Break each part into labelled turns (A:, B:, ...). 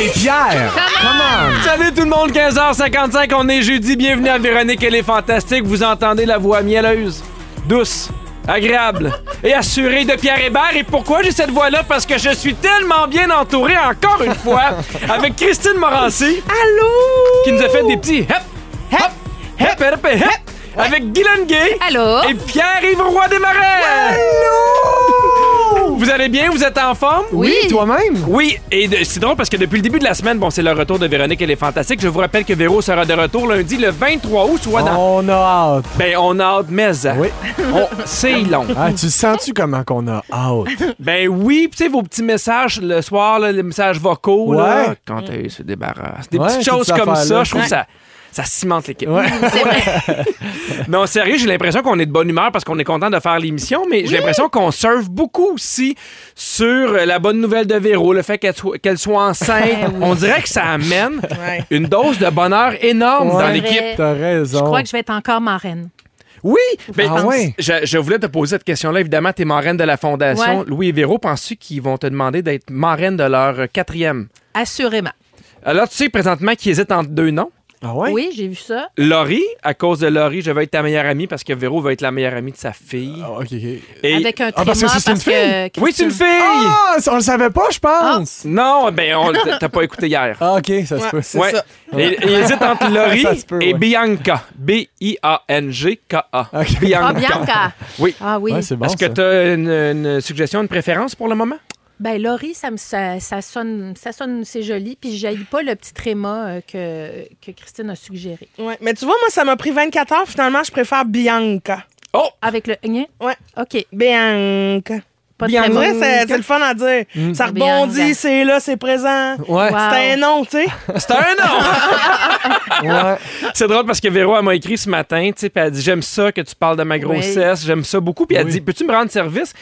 A: faire. Come on.
B: Salut tout le monde, 15h55, on est jeudi. Bienvenue à Véronique et les Fantastiques. Vous entendez la voix mielleuse, douce, agréable et assurée de Pierre Hébert. Et pourquoi j'ai cette voix-là? Parce que je suis tellement bien entouré, encore une fois, avec Christine Morancy. Allô? Qui nous a fait des petits hep, hep, hep, hep, hep, hep, avec Guylaine Gay.
C: Allô?
B: Et Pierre-Yves Roy des
A: Ah,
B: Marais. Vous allez bien? Vous êtes en forme?
C: Oui.
A: Oui, toi-même.
B: Oui, et de- c'est drôle parce que depuis le début de la semaine, bon, c'est le retour de Véronique et les Fantastiques. Je vous rappelle que Véro sera de retour lundi le 23 août, soit dans.
A: On a hâte.
B: Ben, on a hâte, mais. hein,
A: Oh. Oui.
B: on- C'est long.
A: Ah, tu sens-tu comment qu'on a hâte?
B: Ben oui, pis tu sais, vos petits messages le soir, là, les messages vocaux, là,
A: Ouais.
B: quand elle se débarrasse. Des
A: Ouais,
B: petites
A: toutes
B: choses
A: ces
B: comme ça,
A: affaires-là.
B: je trouve que ça. Ça cimente l'équipe.
A: Ouais.
B: Mais en sérieux, j'ai l'impression qu'on est de bonne humeur parce qu'on est content de faire l'émission, mais j'ai l'impression qu'on surfe beaucoup aussi sur euh, la bonne nouvelle de Véro, le fait qu'elle soit, qu'elle soit enceinte. On dirait que ça amène une dose de bonheur énorme
A: Ouais.
B: dans
C: C'est
B: l'équipe.
C: vrai.
A: T'as raison.
C: Je crois que je vais être encore marraine.
B: Oui, mais
A: Ah ouais.
B: Ben, je, je voulais te poser cette question-là. Évidemment, t'es marraine de la Fondation.
C: Ouais.
B: Louis et Véro, penses-tu qu'ils vont te demander d'être marraine de leur euh, quatrième?
C: Assurément.
B: Alors, tu sais présentement qu'ils hésitent entre deux noms.
A: Ah ouais?
C: Oui, j'ai vu ça.
B: Laurie, à cause de Laurie, je veux être ta meilleure amie parce que Véro veut être la meilleure amie de sa fille.
A: Ah, ok, ok.
B: Et-
C: Avec un
A: Ah,
C: tréma
A: parce que c'est une
C: que- que
B: Oui, c'est une fille!
A: Ah, on le savait pas, je pense.
B: Non, ben, on- t- t'as pas écouté hier.
A: Ah, ok, ça se peut.
B: Ouais. Et- et Ils hésitent entre Laurie
A: Ça se peut,
B: et
A: ouais.
B: Bianca. B-I-A-N-G-K-A.
A: Ok.
C: Ah,
B: Bianca.
C: Bianca.
B: Oui.
C: Ah oui.
A: Ouais, c'est bon.
B: Est-ce que
A: ça.
B: t'as une, une suggestion, une préférence pour le moment?
C: ben Laurie, ça me ça, ça sonne ça sonne c'est joli puis j'haïs pas le petit tréma euh, que, que Christine a suggéré.
D: Ouais. Mais tu vois, moi, ça m'a pris 24 heures. Finalement, je préfère Bianca.
B: Oh!
C: Avec le gna?
D: Ouais.
C: OK,
D: Bianca.
C: pas de
B: Bianca.
D: On
C: tréma.
D: dirait que c'est c'est le fun à dire. Ça
C: Bianca.
D: rebondit, c'est là, c'est présent.
A: Ouais,
C: Wow.
D: C'est un nom, tu sais.
B: C'est un nom!
A: ouais.
B: C'est drôle parce que Véro, elle m'a écrit ce matin, tu sais, puis elle dit J'aime ça que tu parles de ma grossesse, j'aime ça beaucoup. Puis elle
A: Oui.
B: dit Peux-tu me rendre service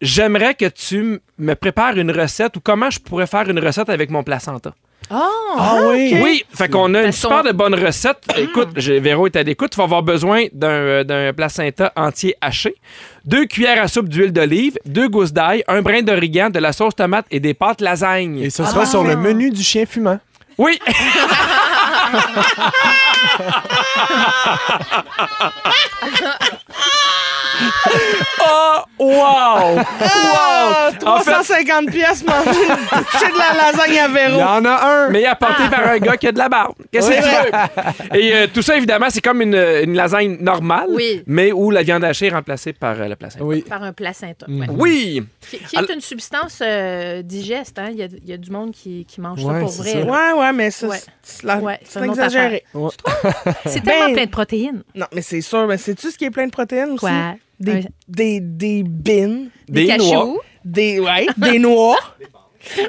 B: J'aimerais que tu m- me prépares une recette ou comment je pourrais faire une recette avec mon placenta.
C: Oh,
A: Ah oui.
B: Oui, fait qu'on a une
C: Parce
B: super
C: qu'on-
B: de bonne recette. Écoute, j'ai- Véro est à l'écoute. Tu vas avoir besoin d'un euh, d'un placenta entier haché, deux cuillères à soupe d'huile d'olive, deux gousses d'ail, un brin d'origan, de la sauce tomate et des pâtes lasagne.
A: Et ce sera sur le menu du chien fumant.
B: Oui! oh, wow!
D: Ah,
B: Wow! En fait,
D: 350 pièces manger toucher de la lasagne à
A: Il y
D: Véro.
A: en a un.
B: mais apporté par un gars qui a de la barbe. Qu'est-ce que tu veux? Et euh, tout ça, évidemment, c'est comme une, une lasagne normale,
C: Oui.
B: mais où la viande hachée est remplacée par euh, la placenta.
A: Oui.
C: par un placenta. ouais.
B: Oui!
C: Qui, qui est
B: Alors-
C: une substance euh, digeste hein, il y, a- il y a du monde qui, qui mange ça
A: Ouais,
C: pour
A: c'est
C: vrai.
A: ça.
C: là.
D: Ouais, ouais, mais ça,
C: Ouais.
D: c'est- c'est la-
C: Ouais, c'est
D: c'est
C: une autre
D: exagéré.
C: C'est tellement
D: Ben-
C: plein de protéines.
D: Non, mais c'est sûr. Mais sais-tu ce qui est plein de protéines aussi?
C: Quoi?
D: Des,
C: Un-
D: des, des bines.
C: Des,
B: noix.
C: cachous.
D: Des, ouais, des noix.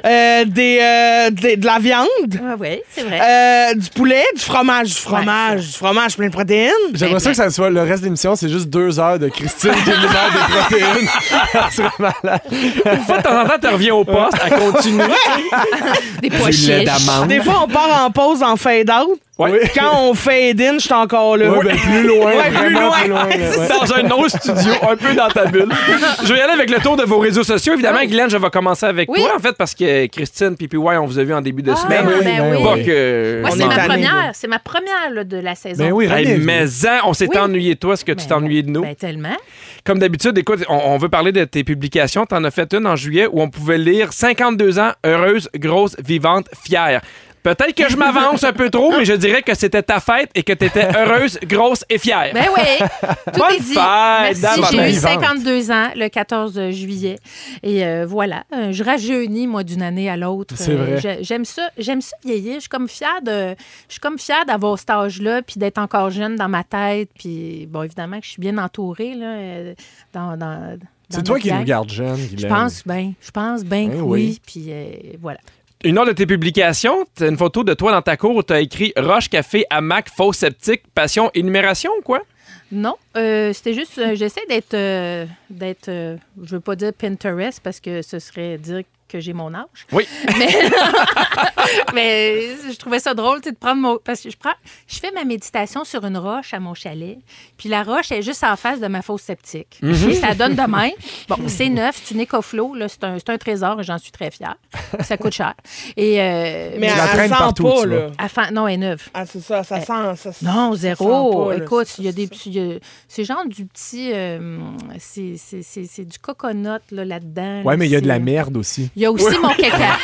D: euh, des, euh, des- de la viande.
C: Oui, Ah, ouais, c'est vrai.
D: Euh, du poulet, du fromage, du fromage,
C: Ouais,
D: du fromage plein de protéines.
A: J'aimerais ça que ça soit le reste de l'émission, c'est juste deux heures de Christine qui nous parle des protéines.
B: Une fois de temps en temps, tu reviens au poste, elle continue.
C: Des pois chiches.
D: Des fois, on part en pause en fade-out.
B: Ouais.
D: Quand on fade-in, je suis encore là.
A: Ouais, ben, plus loin,
D: Ouais,
A: vraiment
D: plus loin.
A: là, ouais.
B: dans un autre studio, un peu dans ta bulle. Je vais y aller avec le tour de vos réseaux sociaux. Évidemment, Guylaine, je vais commencer avec
C: Oui.
B: toi, en fait, parce que Christine, PPY, on vous a vu en début de
C: Ah,
B: semaine.
A: oui,
C: ben
A: ben
C: oui.
B: Pas que.
C: Moi,
D: On
C: c'est
D: est
C: ma
D: tanné,
C: première, c'est ma première là, de la saison.
A: Ben oui,
B: Hey,
A: revenez.
B: mais hein, on s'est
C: Oui.
B: ennuyé de toi, est-ce que tu
C: Ben,
B: t'ennuyais de nous?
C: Ben tellement.
B: Comme d'habitude, écoute, on, on veut parler de tes publications. T'en as fait une en juillet où on pouvait lire 52 ans, heureuse, grosse, vivante, fière. Peut-être que je m'avance un peu trop, mais je dirais que c'était ta fête et que t'étais heureuse, grosse et fière.
C: Ben oui, tout
B: Bonne
C: est dit.
B: fête,
C: Merci,
B: dame
C: j'ai eu
A: vivante.
C: 52 ans le 14 juillet. Et euh, voilà, euh, je rajeunis, moi, d'une année à l'autre.
A: C'est
C: Euh,
A: vrai.
C: j'ai- J'aime ça, j'aime ça vieillir. Je suis comme fière de, je suis comme fière d'avoir cet âge-là, puis d'être encore jeune dans ma tête. Puis, bon, évidemment que je suis bien entourée, là, euh, dans, dans- dans
A: C'est toi
C: notre
A: qui nous
C: gang.
A: gardes jeune,
C: Je
A: Guylaine.
C: pense bien, je pense bien que
A: Eh
C: oui.
A: oui.
C: Puis, euh, voilà.
B: Une autre de tes publications, t'as une photo de toi dans ta cour où t'as écrit Roche, café, hamac, faux sceptique, passion, énumération ou quoi?
C: Non, euh, c'était juste, euh, j'essaie d'être, euh, d'être, euh, je veux pas dire Pinterest parce que ce serait dire que j'ai mon âge.
B: Oui.
C: Mais, mais je trouvais ça drôle tu sais, de prendre mon. Parce que je prends. Je fais ma méditation sur une roche à mon chalet. Puis la roche est juste en face de ma fosse sceptique. Et ça donne de même. Bon, c'est neuf, c'est une écoflo. là, C'est un, c'est un trésor et j'en suis très fière. Ça coûte cher. Et. euh,
D: Mais
A: Tu la
D: elle,
A: traînes
D: elle sent
A: partout,
D: pas,
A: tu
D: là.
A: vois.
C: à fin- non, elle est neuve.
D: Ah, c'est ça, ça
C: Eh,
D: sent. Ça, ça-
C: Non, zéro. Oh,
D: sent pas, là.
C: Écoute,
D: C'est
C: il y a
D: ça,
C: des
D: c'est
C: petits. il y a- C'est genre du petit. euh, c'est- c'est c'est- c'est du coconut là, là-dedans.
A: Ouais, mais il y a de la
C: C'est-
A: merde aussi.
C: Il y a aussi mon caca.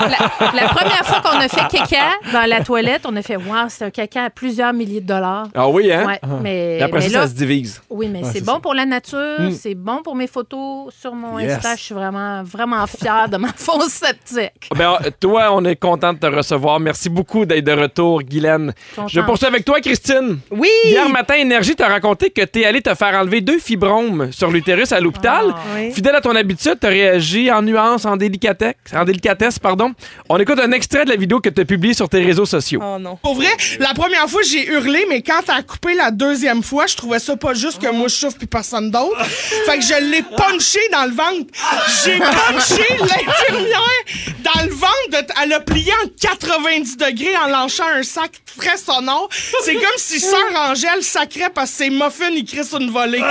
C: La, la première fois qu'on a fait caca dans la toilette, on a fait Waouh, c'est un caca à plusieurs milliers de dollars.
B: Ah oui, hein?
C: Ouais, mais,
B: Et après
C: mais
B: ça,
C: là,
B: ça se divise.
C: oui, mais
A: Ouais,
C: c'est
A: c'est
C: bon
A: ça.
C: pour la nature,
B: Mm.
C: c'est bon pour mes photos. Sur mon
A: Yes.
C: Insta, je suis vraiment, vraiment fière de ma fausse sceptique.
B: Ben, euh, toi, on est content de te recevoir. Merci beaucoup d'être de retour, Guylaine. Je
C: Contente.
B: poursuis avec toi, Christine.
D: Oui!
B: Hier matin, Énergie t'a raconté que t'es allé te faire enlever deux fibromes sur l'utérus à l'hôpital.
C: Ah.
D: Oui.
B: Fidèle à ton habitude, t'as réagi en nuance, en délicatesse, en délicatesse, pardon. On écoute un extrait de la vidéo que t'as publiée sur tes réseaux sociaux.
D: Oh non. Pour vrai, la première fois, j'ai hurlé, mais quand t'as coupé la deuxième fois, je trouvais ça pas juste que moi je souffre puis personne d'autre. Fait que je l'ai punché dans le ventre. J'ai punché l'infirmière dans le ventre. de- elle a plié en 90 degrés en lançant un sac très sonore. C'est comme si Sœur Angèle sacrait parce que ses muffins, ils crissent une volée.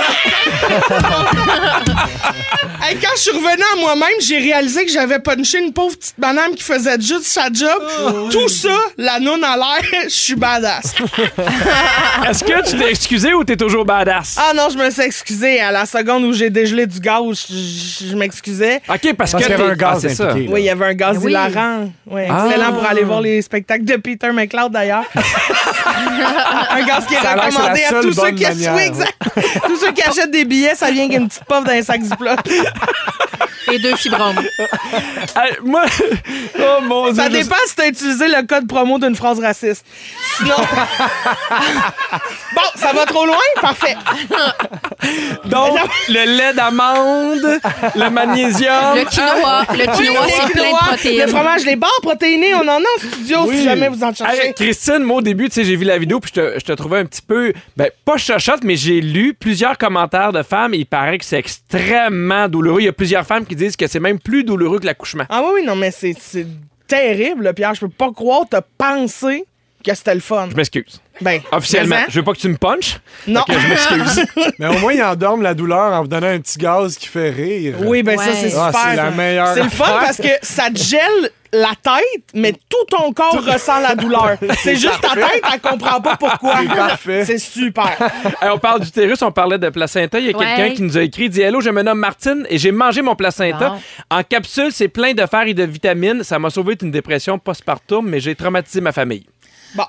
D: Hey, quand je suis revenue à moi-même, j'ai réalisé que j'avais punché une pauvre petite banane qui faisait juste sa job. Tout ça, la noune à l'air, je suis badass.
B: Est-ce que tu t'es excusé ou t'es toujours badass?
D: Ah non, je me suis excusée. À la seconde où j'ai dégelé du gaz, je, je- je m'excusais.
B: OK,
A: Parce
B: parce, que
A: qu'il y avait
B: t'es-
A: un gaz
B: Ah, c'est ça.
A: impliqué. là.
D: Oui, il y avait un gaz
C: Ben Oui.
D: hilarant. Ouais,
B: Ah.
D: Excellent pour aller voir les spectacles de Peter McLeod, d'ailleurs. un gaz qui est
A: Ça a l'air que c'est la
D: recommandé à
A: seule
D: tous ceux
A: bonne
D: qui achètent...
A: manière.
D: oui, exact. tous ceux qui achètent des billets, ça vient qu'une petite puff dans un sac du plat.
C: Et deux fibromes.
B: Hey, Euh, moi... Oh mon
D: Ça
B: Dieu, je-
D: dépend si t'as utilisé le code promo d'une phrase raciste. Sinon. bon, ça va trop loin? Parfait.
B: Donc, le lait d'amande, le magnésium...
C: Le quinoa, le quinoa, c'est plein de protéines.
D: Le fromage, les barres protéinées, on en a en studio si jamais vous en cherchez.
B: Hey, Christine, moi, au début, tu sais, j'ai vu la vidéo, puis je te, je te trouvais un petit peu, ben, pas chochotte, mais j'ai lu plusieurs commentaires de femmes, et il paraît que c'est extrêmement douloureux. Il y a plusieurs femmes qui disent que c'est même plus douloureux que l'accouchement.
D: Ah oui, oui, non, mais c'est c'est terrible, là, Pierre. Je peux pas croire, t'as pensé que c'était le fun.
B: Je m'excuse.
D: Ben,
B: Officiellement.
D: mais, hein,
B: Je veux pas que tu me punches.
D: Non.
B: que je m'excuse.
A: Mais au moins, ils endorment la douleur en vous donnant un petit gaz qui fait rire.
D: Oui, ben ça,
C: Ouais.
D: c'est
A: Ah,
D: super.
A: c'est la
D: ça.
A: meilleure.
D: C'est le fun parce que ça te gèle la tête, mais tout ton corps ressent la douleur. C'est juste ta tête, elle comprend pas pourquoi.
A: C'est parfait.
D: C'est super.
B: Hey, on parle d'utérus, on parlait de placenta. Il y a
C: Ouais.
B: quelqu'un qui nous a écrit, dit Hello, je me nomme Martine et j'ai mangé mon placenta.
C: Bon.
B: En capsule, c'est plein de fer et de vitamines. Ça m'a sauvé d'une dépression postpartum, mais j'ai traumatisé ma famille.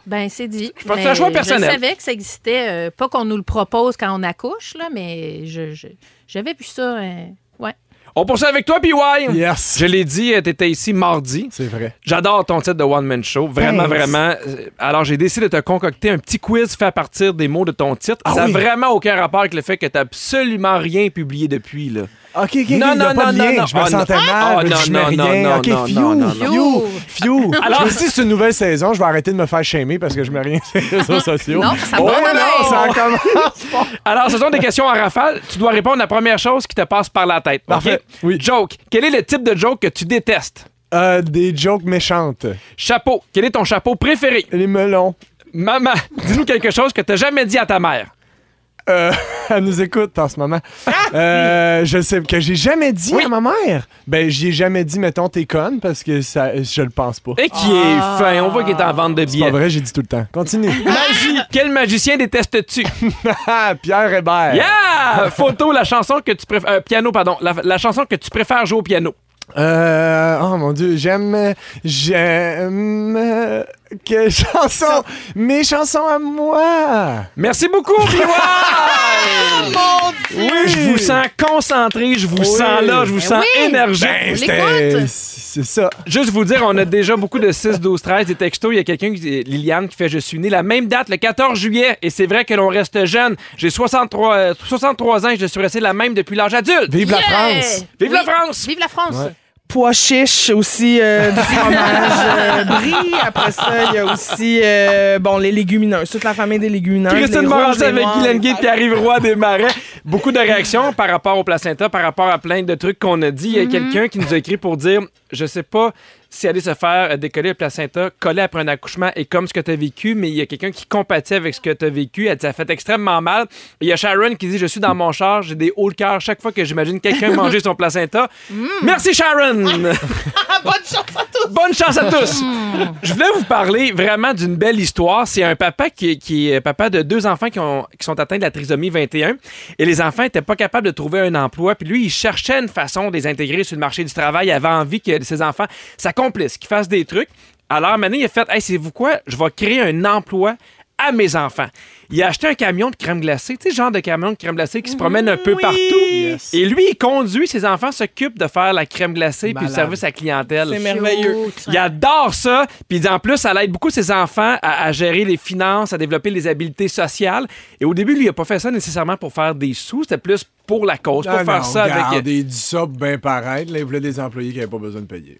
C: Ben, c'est dit.
B: pense que
C: Mais
B: c'est un choix personnel.
C: Je savais que ça existait. euh, pas qu'on nous le propose quand on accouche, là, mais je, je- j'avais vu ça. euh, ouais.
B: On poursuit avec toi, PY.
A: Yes.
B: Je l'ai dit, euh, t'étais ici mardi.
A: C'est vrai.
B: J'adore ton titre de One Man Show. Vraiment,
D: Thanks.
B: vraiment. Euh, Alors, j'ai décidé de te concocter un petit quiz fait à partir des mots de ton titre. ça n'a
A: Ah oui.
B: vraiment aucun rapport avec le fait que t'as absolument rien publié depuis, là.
A: OK, OK,
B: Non,
A: il y a
B: non,
A: pas de
B: non,
A: lien.
B: non,
A: Je me
B: non.
A: sentais
B: Ah,
A: mal.
B: non,
A: je
B: non,
A: mets
B: non,
A: rien.
B: non,
A: OK,
B: non,
A: fiou,
B: non, non,
A: fiou, fiou.
B: Alors-
A: Alors, je me suis dit, c'est une nouvelle saison, je vais arrêter de me faire shamer parce que je mets rien sur les réseaux sociaux.
C: Non, ça
A: oh,
C: va mal.
A: non, ça commence.
B: Alors, ce sont des questions en rafale. Tu dois répondre à la première chose qui te passe par la tête.
A: Parfait.
B: OK?
A: Oui.
B: Joke. Quel est le type de joke que tu détestes?
A: Euh, des jokes méchantes.
B: Chapeau. Quel est ton chapeau préféré?
A: Les melons.
B: Maman, dis-nous quelque chose que t'as jamais dit à ta mère.
A: Euh, elle nous écoute en ce moment.
B: Ah!
A: Euh, je sais que j'ai jamais dit à ma mère. Ben, j'y ai jamais dit, mettons, t'es conne parce que ça, je le pense pas.
B: Et qui est fin. On voit qu'il est en vente de
A: Ah. C'est pas
B: billets.
A: vrai, j'ai dit tout le temps. Continue.
B: Magie. Quel magicien détestes-tu?
A: Ah, Pierre Hébert.
B: Yeah! Photo, la chanson que tu préfères. euh, piano, pardon. La, la chanson que tu préfères jouer au piano.
A: Euh, oh mon dieu, j'aime, j'aime euh, que chansons, mes chansons à moi.
B: Merci beaucoup, PY!
A: Oui,
B: Je vous sens concentré, je vous sens là, je vous
C: Ben
B: sens
C: oui.
B: énergique.
A: Ben,
C: On
A: c'était-
C: l'écoute.
A: c'est ça.
B: Juste vous dire, on a déjà beaucoup de 6, 12, 13 des textos. Il y a quelqu'un, qui- Liliane, qui fait Je suis né la même date, le 14 juillet. Et c'est vrai que l'on reste jeune. J'ai 63, euh, 63 ans et je suis resté la même depuis l'âge adulte.
A: Vive la
C: Yeah!
A: France.
B: Vive
C: Oui,
B: la France!
C: Vive la France!
A: Ouais.
D: pois chiches aussi, euh, du fromage euh, brie. Après ça, il y a aussi euh, bon, les légumineuses, toute la famille des légumineuses.
B: Christine
D: les rouges,
B: Morancy
D: les
B: avec
D: noires,
B: Guy
D: les
B: Lenguet, Pierre-Yves Roy, des Marais. Beaucoup de réactions par rapport au placenta, par rapport à plein de trucs qu'on a dit. Il y a quelqu'un qui nous a écrit pour dire Je sais pas si aller se faire euh, décoller le placenta, coller après un accouchement est comme ce que tu as vécu, mais il y a quelqu'un qui compatit avec ce que tu as vécu. Elle dit Ça fait extrêmement mal. Et Il y a Sharon qui dit Je suis dans mon char, j'ai des hauts le cœur chaque fois que j'imagine quelqu'un manger son placenta. Merci Sharon Bonne chance Mm. à tous. Je voulais vous parler vraiment d'une belle histoire. C'est un papa qui, qui est papa de deux enfants qui, ont- qui sont atteints de la trisomie 21 et les enfants n'étaient pas capables de trouver un emploi. Puis lui, il cherchait une façon de les intégrer sur le marché du travail. Il avait envie que ses enfants s'accomplissent, qu'ils fassent des trucs. Alors, maintenant, il a fait Hey, c'est vous quoi Je vais créer un emploi à mes enfants. Il a acheté un camion de crème glacée, tu sais, genre de camion de crème glacée qui se promène un peu partout. Et lui, il conduit, ses enfants s'occupent de faire la crème glacée puis le
A: Malade.
B: service à la clientèle.
D: C'est merveilleux.
B: Il adore ça. Puis il dit, en plus, elle aide beaucoup ses enfants à, à gérer les finances, à développer les habiletés sociales. Et au début, lui, il n'a pas fait ça nécessairement pour faire des sous. C'était plus pour la cause, pour
A: Ah
B: faire
A: non,
B: ça
A: regarde,
B: avec.
A: Il dit ça bien pareil. Là, il voulait des employés qui n'avaient pas besoin de payer.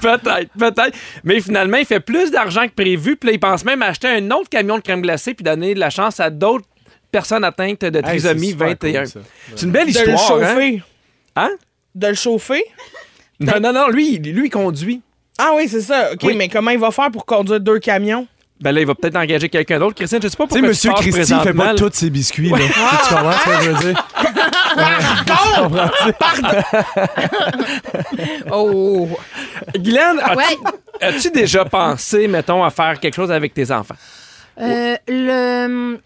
B: Peut-être, peut-être. Mais finalement, il fait plus d'argent que prévu. Puis là, il pense même acheter un autre camion de crème glacée puis donner de la chance à d'autres personnes atteintes de
A: Hey, c'est
B: trisomie
A: super
B: 21.
A: cool, ça.
B: c'est une
D: De
B: belle
D: le
B: histoire. hein?
D: chauffer.
B: Hein?
D: De le chauffer?
B: Non, non, non, lui, il- lui, il conduit.
D: Ah oui, c'est ça. OK,
B: Oui.
D: mais comment il va faire pour conduire deux camions?
B: Ben là, il va peut-être engager quelqu'un d'autre. Christine, je sais pas
A: Tu sais,
B: pourquoi
A: Monsieur
B: parles
A: Christie, il fait
B: présentement,
A: pas
B: là.
A: tous ses biscuits. Là. tu comprends ce que je veux dire?
D: Oh!
B: Guylaine, as-tu
C: Ouais.
B: As-tu déjà pensé, mettons, à faire quelque chose avec tes enfants?
C: Euh, le...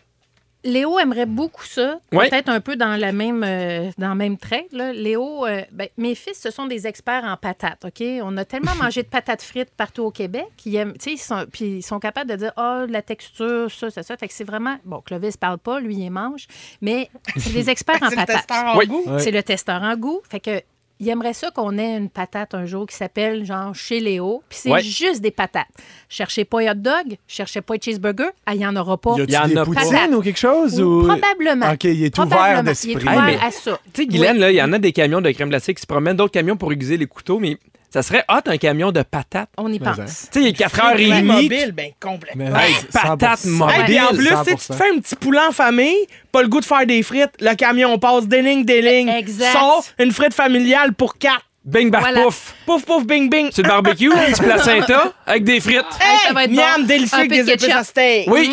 C: Léo aimerait beaucoup ça.
B: Ouais.
C: Peut-être un peu dans, la même, euh, dans le même trait. là. Léo, euh, ben, mes fils, ce sont des experts en patates. OK? On a tellement mangé de patates frites partout au Québec. Ils aiment, tu sais, ils sont, puis ils sont capables de dire Ah, la texture, ça, ça, ça. Fait que c'est vraiment. Bon, Clovis parle pas, lui, il mange. Mais c'est des experts en
D: C'est le
C: patates.
D: testeur en
B: Oui.
D: goût.
A: Ouais.
C: C'est le testeur en goût. Fait que il aimerait ça qu'on ait une patate un jour qui s'appelle genre chez Léo. Puis c'est
B: Ouais.
C: juste des patates. Cherchez pas hot dog, cherchez pas cheeseburger, ah, il n'y en aura pas.
A: Y a-tu
B: Il y en
A: des
B: a pas.
A: poutines ou quelque chose?
C: Ou-
A: Ou...
C: Probablement.
A: OK, il est
C: Probablement.
A: ouvert
C: Il est
A: d'esprit.
C: ouvert
B: Hey, mais-
C: à ça.
B: Tu sais, Guylaine, là, il y en a des camions de crème glacée qui se promènent, d'autres camions pour aiguiser les couteaux, mais ça serait hot un camion de patates.
C: On y
A: Mais
C: pense.
B: Tu sais, il est 4h30.
D: Très mobile, ben complètement.
A: Mais-
B: Hey, patate
A: 100%.
D: Hey, puis en
B: mobile.
D: plus, tu sais, tu te fais un petit poulet en famille, pas le goût de faire des frites, le camion passe des lignes, des lignes.
C: Exact.
D: Sort une frite familiale pour quatre.
B: Bing, bang,
C: Voilà.
B: pouf.
D: Pouf, pouf, bing, bing.
B: C'est le barbecue, un petit placenta avec des frites.
C: Hey,
D: Hey,
C: ça va être
D: miam,
C: bon.
D: délicieux
C: Un
D: avec
C: peu de
D: des épices
C: ketchup.
D: à steak.
B: Oui.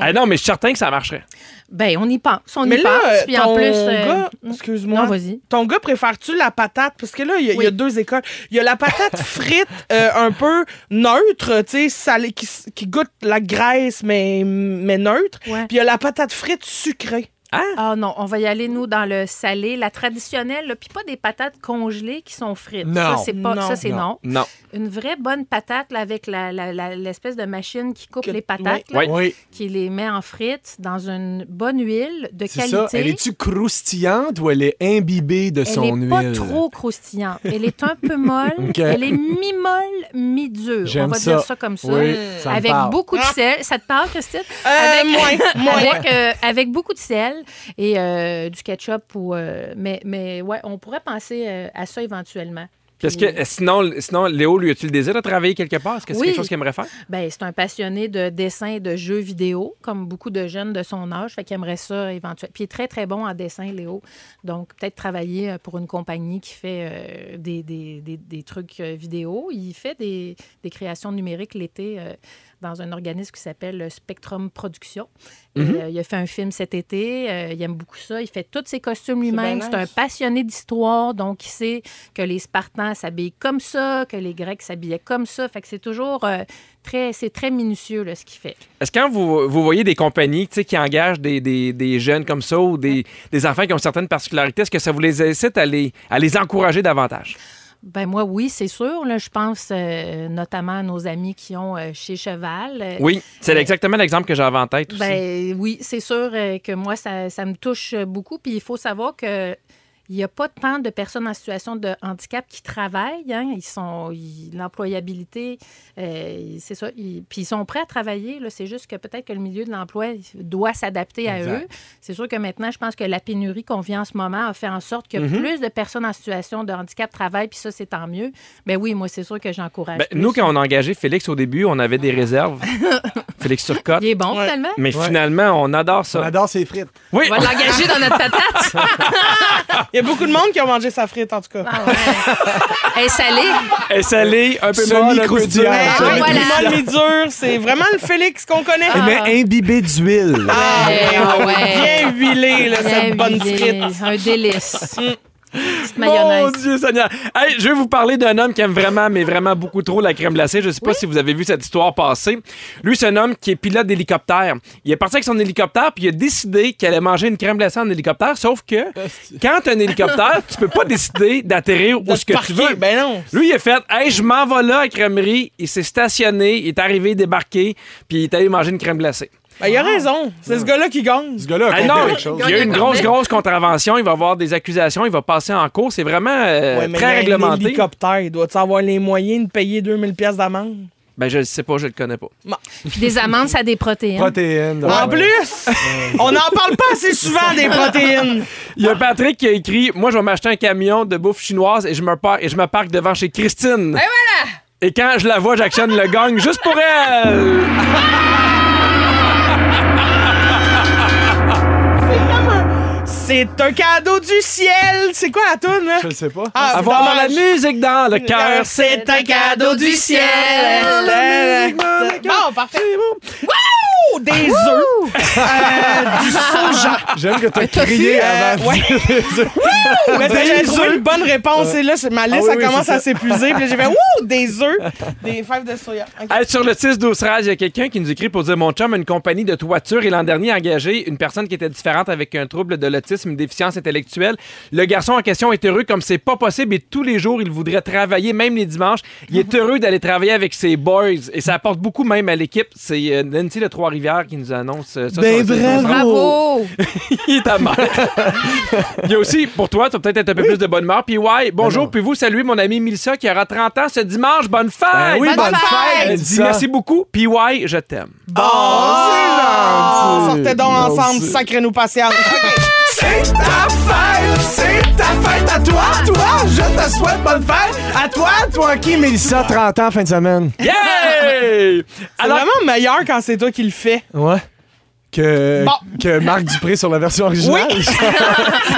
B: Ah non, mais je suis certain que ça marcherait.
C: Ben, on y pense. On
D: Mais
C: y
D: là,
C: pense. Puis en
D: ton
C: plus. euh,
D: gars, excuse-moi,
C: Non, vas-y.
D: ton gars préfère-tu la patate? Parce que là, il y, a- il y a
C: Oui.
D: deux écoles. Il y a la patate frite euh, un peu neutre, tu sais, salée, qui, s- qui goûte la graisse, mais, mais neutre.
C: Ouais.
D: Puis il y a la patate frite sucrée.
C: Ah non, on va y aller, nous, dans le salé, la traditionnelle, là, puis pas des patates congelées qui sont frites.
A: Non.
C: Ça, c'est pas,
D: Non.
C: ça, c'est
A: Non.
C: non.
B: Non.
C: Une vraie bonne patate là, avec la- la- la- l'espèce de machine qui coupe
D: Que-
C: les patates, là,
B: Oui.
A: Oui,
C: qui les met en frites dans une bonne huile de
A: c'est ça. Elle
C: qualité.
A: est-tu croustillante ou elle est imbibée de
C: Elle
A: son
C: est
A: huile?
C: pas trop croustillante. Elle est un peu molle.
A: Ok.
C: Elle est mi-molle, mi-dure. On
A: J'aime
C: va
A: ça.
C: dire ça comme ça.
A: Oui, ça me
C: avec
A: parle.
C: beaucoup de sel. Ça te parle, Christine?
D: Euh,
C: Avec-
D: moins, moins.
C: avec, euh, avec beaucoup de sel et euh, du ketchup. Ou, euh, mais, mais ouais, on pourrait penser euh, à ça éventuellement.
B: Parce que euh, sinon, sinon Léo, lui, a-tu le désir de travailler quelque part? Est-ce que c'est
C: Oui.
B: quelque chose qu'il aimerait faire?
C: Ben, c'est un passionné de dessin et de jeux vidéo, comme beaucoup de jeunes de son âge. Fait qu'il aimerait ça éventuellement. Puis il est très, très bon en dessin, Léo. Donc, peut-être travailler euh, pour une compagnie qui fait euh, des, des- des- des trucs euh, vidéo. Il fait des, des créations numériques l'été euh, dans un organisme qui s'appelle euh, Spectrum Productions. Et,
D: Mhm.
C: euh, il a fait un film cet été. euh, il aime beaucoup ça. Il fait tous ses costumes lui-même.
D: bien
C: C'est un
D: nice.
C: passionné d'histoire. Donc, il sait que les Spartans s'habillent comme ça, que les Grecs s'habillaient comme ça. Fait que c'est toujours euh, très, c'est très minutieux là, ce qu'il fait.
B: Est-ce que quand vous, vous voyez des compagnies tu sais, qui engagent des, des- des jeunes comme ça ou des, des enfants qui ont certaines particularités, est-ce que ça vous les incite à les, à les encourager davantage?
C: Ben moi, oui, c'est sûr. Là, je pense euh, notamment à nos amis qui ont euh, chez Cheval. Euh,
B: Oui, c'est
C: Euh,
B: exactement l'exemple que j'avais en tête aussi.
C: Ben oui, c'est sûr euh, que moi, ça, ça me touche beaucoup. Puis il faut savoir que. il il n'y a pas tant de personnes en situation de handicap qui travaillent. hein. Ils sont. ils- L'employabilité, euh, c'est ça. Ils- puis ils sont prêts à travailler. là. C'est juste que peut-être que le milieu de l'emploi doit s'adapter à
A: Exact.
C: eux. C'est sûr que maintenant, je pense que la pénurie qu'on vit en ce moment a fait en sorte que
B: Mm-hmm.
C: plus de personnes en situation de handicap travaillent, puis ça, c'est tant mieux. Ben oui, moi, c'est sûr que j'encourage.
B: Ben,
C: plus.
B: nous, quand on a engagé Félix au début, on avait des réserves. Félix Turcotte.
C: Il est bon,
D: Ouais.
C: finalement.
B: Mais
A: Ouais.
B: finalement, on adore
A: On
B: ça.
A: adore ses frites.
B: Oui,
C: On va l'engager dans notre patate.
D: Il y a beaucoup de monde qui a mangé sa frite, en tout cas.
C: Ah ouais. Elle est salée.
B: elle salée, un peu molle, un peu dure.
A: Semi-croustillante.
D: Mais,
C: Ah,
D: ouais,
C: voilà. Ah.
D: le monde est dur, c'est vraiment le Félix qu'on connaît.
A: Mais imbibé d'huile.
D: Ah,
C: Ouais,
D: ouais,
C: ouais.
D: Bien huilé, là, cette Ah, bonne frite.
C: frite. Un Eh délice. Petite
B: Mon
C: mayonnaise.
B: Dieu Seigneur. Hey, je vais vous parler d'un homme qui aime vraiment, mais vraiment beaucoup trop la crème glacée. Je sais pas si vous avez vu cette histoire passer. Lui, c'est un homme qui est pilote d'hélicoptère. Il est parti avec son hélicoptère, puis il a décidé qu'il allait manger une crème glacée en hélicoptère, sauf que quand t'as un hélicoptère, tu peux pas décider d'atterrir où ce que tu veux.
D: Ben non.
B: Lui, il a fait Hey, je m'en vais là à la crèmerie. Il s'est stationné, il est arrivé, débarqué, puis il est allé manger une crème glacée.
D: Ben,
C: Ah.
D: il a raison. C'est ce gars-là qui gagne.
A: Ce gars-là a
B: Ah
A: compris
B: non,
A: quelque chose.
B: il y a eu une
C: Gagne
B: grosse,
C: le
B: grosse contravention. Il va avoir des accusations, il va passer en cours. C'est vraiment euh,
D: Ouais, mais il y a
B: très
D: un
B: réglementé.
D: hélicoptère, il doit avoir les moyens de payer 2000 pièces d'amende?
B: Ben, je le sais pas, je le connais pas.
C: Puis des amandes, ça a des protéines.
A: Protéines.
D: En
A: ouais.
D: plus, on n'en parle pas assez souvent des protéines.
B: Il y a Patrick qui a écrit Moi, je vais m'acheter un camion de bouffe chinoise et je me, par- et je me parque devant chez Christine. Et
D: Ben,
B: voilà Et quand je la vois, j'actionne le gang juste pour elle.
D: C'est un cadeau du ciel. C'est quoi la toune? hein?
A: Je le sais pas.
D: Ah,
B: Avoir la
D: dommage.
B: musique dans le cœur, c'est un cadeau du ciel.
D: Bon, parfait. Wouh! Des œufs. Euh, du soja.
A: J'aime que t'as euh, crié avant.
D: ouais. Mais ça, j'avais trouvé une bonne réponse. Et là, Ah c'est- ma liste,
A: oui,
D: ça Ah
A: oui,
D: commence
A: c'est
D: à
A: ça.
D: s'épuiser. Puis là, j'ai fait Wouh! Des œufs. Des fèves de soya. OK.
B: Hey, sur le 6 12 13, il y a quelqu'un qui nous écrit pour dire mon chum a une compagnie de toiture et l'an dernier a engagé une personne qui était différente avec un trouble de l'autisme, une déficience intellectuelle. Le garçon en question est heureux comme c'est pas possible et tous les jours il voudrait travailler, même les dimanches. Il est heureux d'aller travailler avec ses boys et ça apporte beaucoup même à l'équipe. C'est euh, Nancy de Trois-Rivières qui nous annonce euh, ça.
A: Ben,
B: sur le 6 12 13.
C: Bravo!
B: Il est amère. Il y a aussi, pour toi, tu vas peut-être être un peu plus de bonne humeur. Puis ouais, bonjour, puis vous saluer mon ami Milsa qui aura 30 ans ce dimanche. Bonne fête!
A: Ben oui,
C: Bonne
A: bonne
C: fête!
A: fête.
B: Elle dit merci beaucoup. PY, je t'aime.
A: c'est
D: Oh,
A: Ah, gentil.
D: Ah, Sortez donc
A: Non,
D: ensemble,
A: c'est-
D: sacré-nous patience.
A: C'est ta fête, c'est ta fête à toi, toi, je te souhaite bonne fête à toi, toi qui, Mélissa, 30 ans, fin de semaine.
B: Yeah!
D: C'est
B: Alors,
D: vraiment meilleur quand c'est toi qui le fais.
A: Ouais. Que,
D: Bon.
A: que Marc Dupré sur la version originale.
B: ben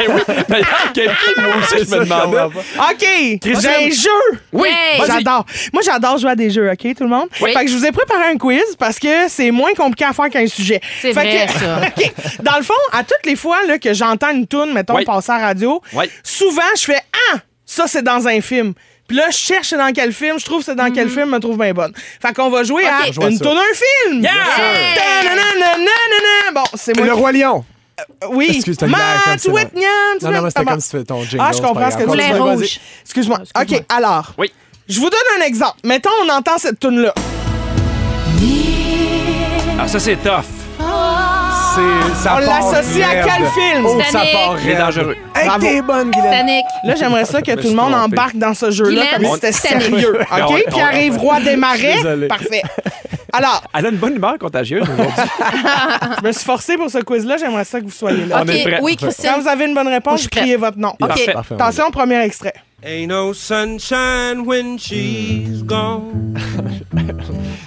B: oui, d'ailleurs, quelqu'un, moi aussi, je
A: Ça,
B: me demandais.
A: comprends pas.
D: OK, j'ai un jeu.
B: Oui,
C: Hey!
B: vas-y.
D: J'adore. Moi, j'adore jouer à des jeux, OK, tout le monde?
C: Oui.
D: Fait que je vous ai préparé un quiz parce que c'est moins compliqué à faire qu'un sujet.
C: C'est
D: Fait
C: vrai,
D: que-
C: ça.
D: OK. Dans le fond, à toutes les fois là, que j'entends une toune, mettons,
B: Oui.
D: passer à la radio,
B: Oui.
D: souvent, je fais « Ah! Ça, c'est dans un film. » Puis là, je cherche c'est dans quel film, je trouve c'est dans quel film, je me trouve bien bonne. Fait qu'on va jouer
A: On va jouer
D: à
A: à
D: une
A: ça.
D: toune, un film!
B: Yeah!
D: Ta-na-na-na-na-na-na. Bon, c'est moi
A: Le
D: qui-
A: Roi Lion.
D: Oui.
A: Excuse, t'as une blague comme
D: Matt
A: c'est
D: Whitman!
A: Non, non, mais c'était comme si tu fais ton jingle.
D: Ah, je comprends ce que tu
C: Moulin
D: veux dire.
C: Rouge.
D: Vas-y. Excuse-moi.
C: Excuse-moi.
D: OK, alors.
B: Oui.
D: Je vous donne un exemple. Mettons, on entend cette tune-là.
B: Ah, ça, c'est tough.
A: C'est, ça
D: On
A: part
D: l'associe à
A: raide.
D: quel film?
A: Oh, ça
C: Titanic.
A: part
B: Il est
A: raide.
B: dangereux.
A: Hey,
D: Bravo.
A: t'es bonne, Guylaine.
C: Titanic.
D: Là, j'aimerais ça que
B: me
D: tout
B: suis
D: le monde
B: trompé.
D: embarque dans ce jeu-là
C: Guylaine,
D: comme si c'était
B: Ben
C: Titanic.
D: sérieux.
A: Ah
B: On-
D: OK?
B: on-
D: Pierre-Yves Roy
A: Je suis
D: Desmarais.
A: désolé.
D: Parfait. Alors,
B: Elle a une bonne humeur contagieuse aujourd'hui.
D: je me suis forcé pour ce quiz-là. J'aimerais ça que vous soyez là.
B: On est prêt.
C: OK, oui,
D: Quand
C: Christine.
D: vous avez une bonne
C: Moi, Ah, Oh, je
D: réponse,
C: suis
D: vous criez votre nom.
C: OK.
B: Parfait.
A: Parfait, on y
D: Attention, premier extrait.
E: Ain't no sunshine when she's gone.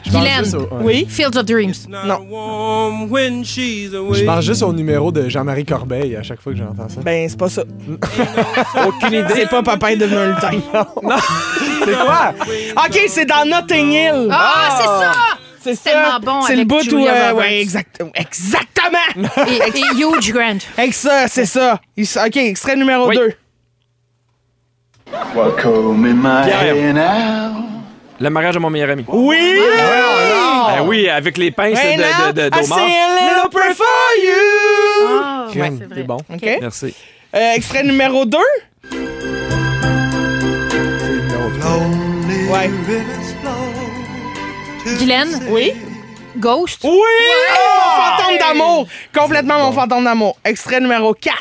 A: Je pense
C: Guylaine.
A: juste au- ouais.
D: Oui?
C: Fields of Dreams.
E: Not
D: Non.
E: warm when she's away.
A: Je pense juste au numéro de Jean-Marie Corbeil à chaque fois que j'entends ça.
D: Ben, c'est pas ça.
B: Aucune idée.
D: C'est pas Papa est devenu un lutin.
A: C'est quoi?
D: OK, c'est dans Notting Hill.
C: Ah,
D: C'est
C: tellement bon
D: C'est le
C: avec
D: bout où.
C: Julia
D: euh,
C: Roberts.
D: ouais, exact- exactement.
C: c'est ça! Et, et Huge Grant.
D: Avec ça, c'est ça. Il s- OK, extrait numéro
B: Oui.
D: 2.
F: What comb in my
B: Pierre.
F: hair now?
B: Le mariage de mon meilleur ami.
D: Oui!
B: Ben oui, avec les pinces
D: Right
B: de,
D: now,
B: de, de-
D: I
B: d'Omar.
D: say a little prayer for you.
C: Ah, ouais,
A: Crème,
C: c'est vrai.
A: t'es bon.
D: OK.
B: Merci.
D: Euh, extrait numéro 2.
A: C'est le numéro trois.
D: Ouais.
C: Guylaine,
D: Oui. Oh.
C: Ghost.
D: Oui! Mon fantôme d'amour. Complètement mon fantôme d'amour. Extrait numéro 4.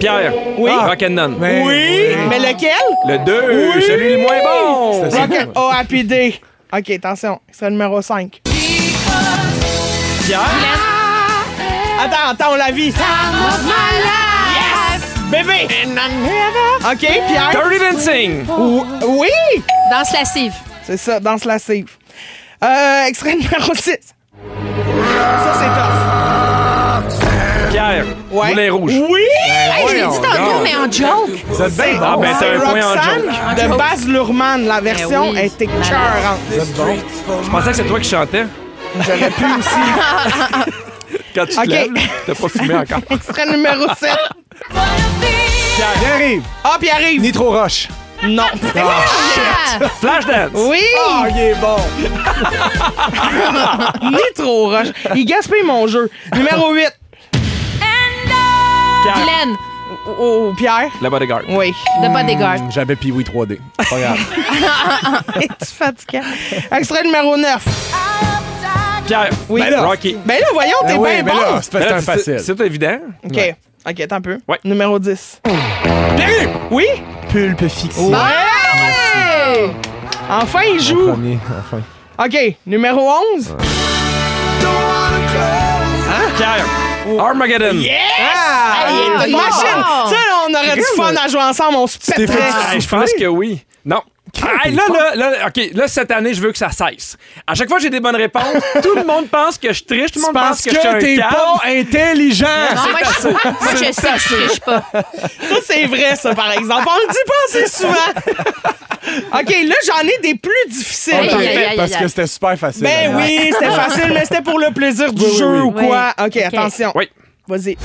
B: Pierre. Oui. Rock'n'None.
A: Ben,
D: Oui, mais lequel?
B: Le 2, celui le moins bon.
A: C'est ça.
D: Rocket O Happy Day. OK, attention, c'est le numéro 5.
B: Pierre.
D: Attends, attends, on la vit. Bébé! OK, Pierre.
B: Dirty Dancing.
D: Ou- Oui!
C: Danse lascive.
D: C'est ça, danse la save. Euh, extrait numéro 6. Ça,
B: Pierre.
D: Ouais.
B: Moulin
D: c'est
B: rouge.
D: tough. Oui!
C: Hey, je l'ai dit tantôt, mais en joke.
A: Vous êtes bien
B: Ah,
A: bon.
B: ben, t'as
D: C'est
B: un point en
D: Roxane
B: joke.
D: de Baz Luhrmann. La version
C: Ben oui.
D: était cœurante.
B: Je pensais que c'est toi qui chantais.
D: J'aurais pu aussi.
B: Quand tu te
D: Ok.
B: lèves, t'as pas fumé encore.
D: Extrait numéro 7.
A: Pierre arrive.
D: Ah, puis arrive.
A: Nitro Roche.
D: Non.
B: Flashdance.
D: Oui!
A: Ah, il est bon.
D: Nitro Rush. Il gaspille mon jeu. Numéro 8.
B: Pierre.
C: Guylaine,
D: Oh, Pierre.
B: La bodyguard.
D: Oui.
C: de Bodyguard.
A: Hum, J'avais Pee-Wee 3D. Pas grave.
D: Es-tu fatigué? Extrait numéro 9.
B: Pierre.
D: Oui.
B: Ben là. Rocky.
D: Ben là, voyons, t'es
A: Ben oui,
D: bien
A: mais
D: bon.
A: là, c'est
B: Ben
A: parce
B: là,
A: que c'est un
B: c'est-
A: facile.
B: C'est évident.
D: OK. OK, attends un peu.
B: Ouais.
D: Numéro 10. Pierre! Oui?
A: Pulpe fixe.
D: Enfin, il joue.
A: Premier, enfin.
D: OK, numéro 11.
B: Pierre. Armageddon.
D: Ah!
C: Hey, il est
D: Imagine!
C: fort.
D: Ça, là, on aurait du fun à jouer ensemble. On se
A: t'es fait
D: pèterait.
B: Ah, je pense que oui. Non. Ah, là, là, là, OK, là, cette année, je veux que ça cesse. À chaque fois que j'ai des bonnes réponses, tout le monde pense que je triche, tout le monde
A: Parce
B: pense que, je suis
A: que
B: un
A: t'es
B: cave.
A: pas intelligent.
C: Non, moi, je, moi, je sais que je triche pas.
D: Ça, c'est vrai, ça, par exemple. On le dit pas assez souvent. OK, là, j'en ai des plus difficiles.
C: Aïe,
A: T'as
C: aïe,
A: fait
C: aïe,
A: Parce
C: aïe.
A: que c'était super facile.
D: Ben
A: hein.
D: oui, c'était facile, mais c'était pour le plaisir du
A: Oui,
D: jeu
A: oui,
D: ou
A: oui.
D: quoi. OK, attention.
B: Oui.
D: Vas-y.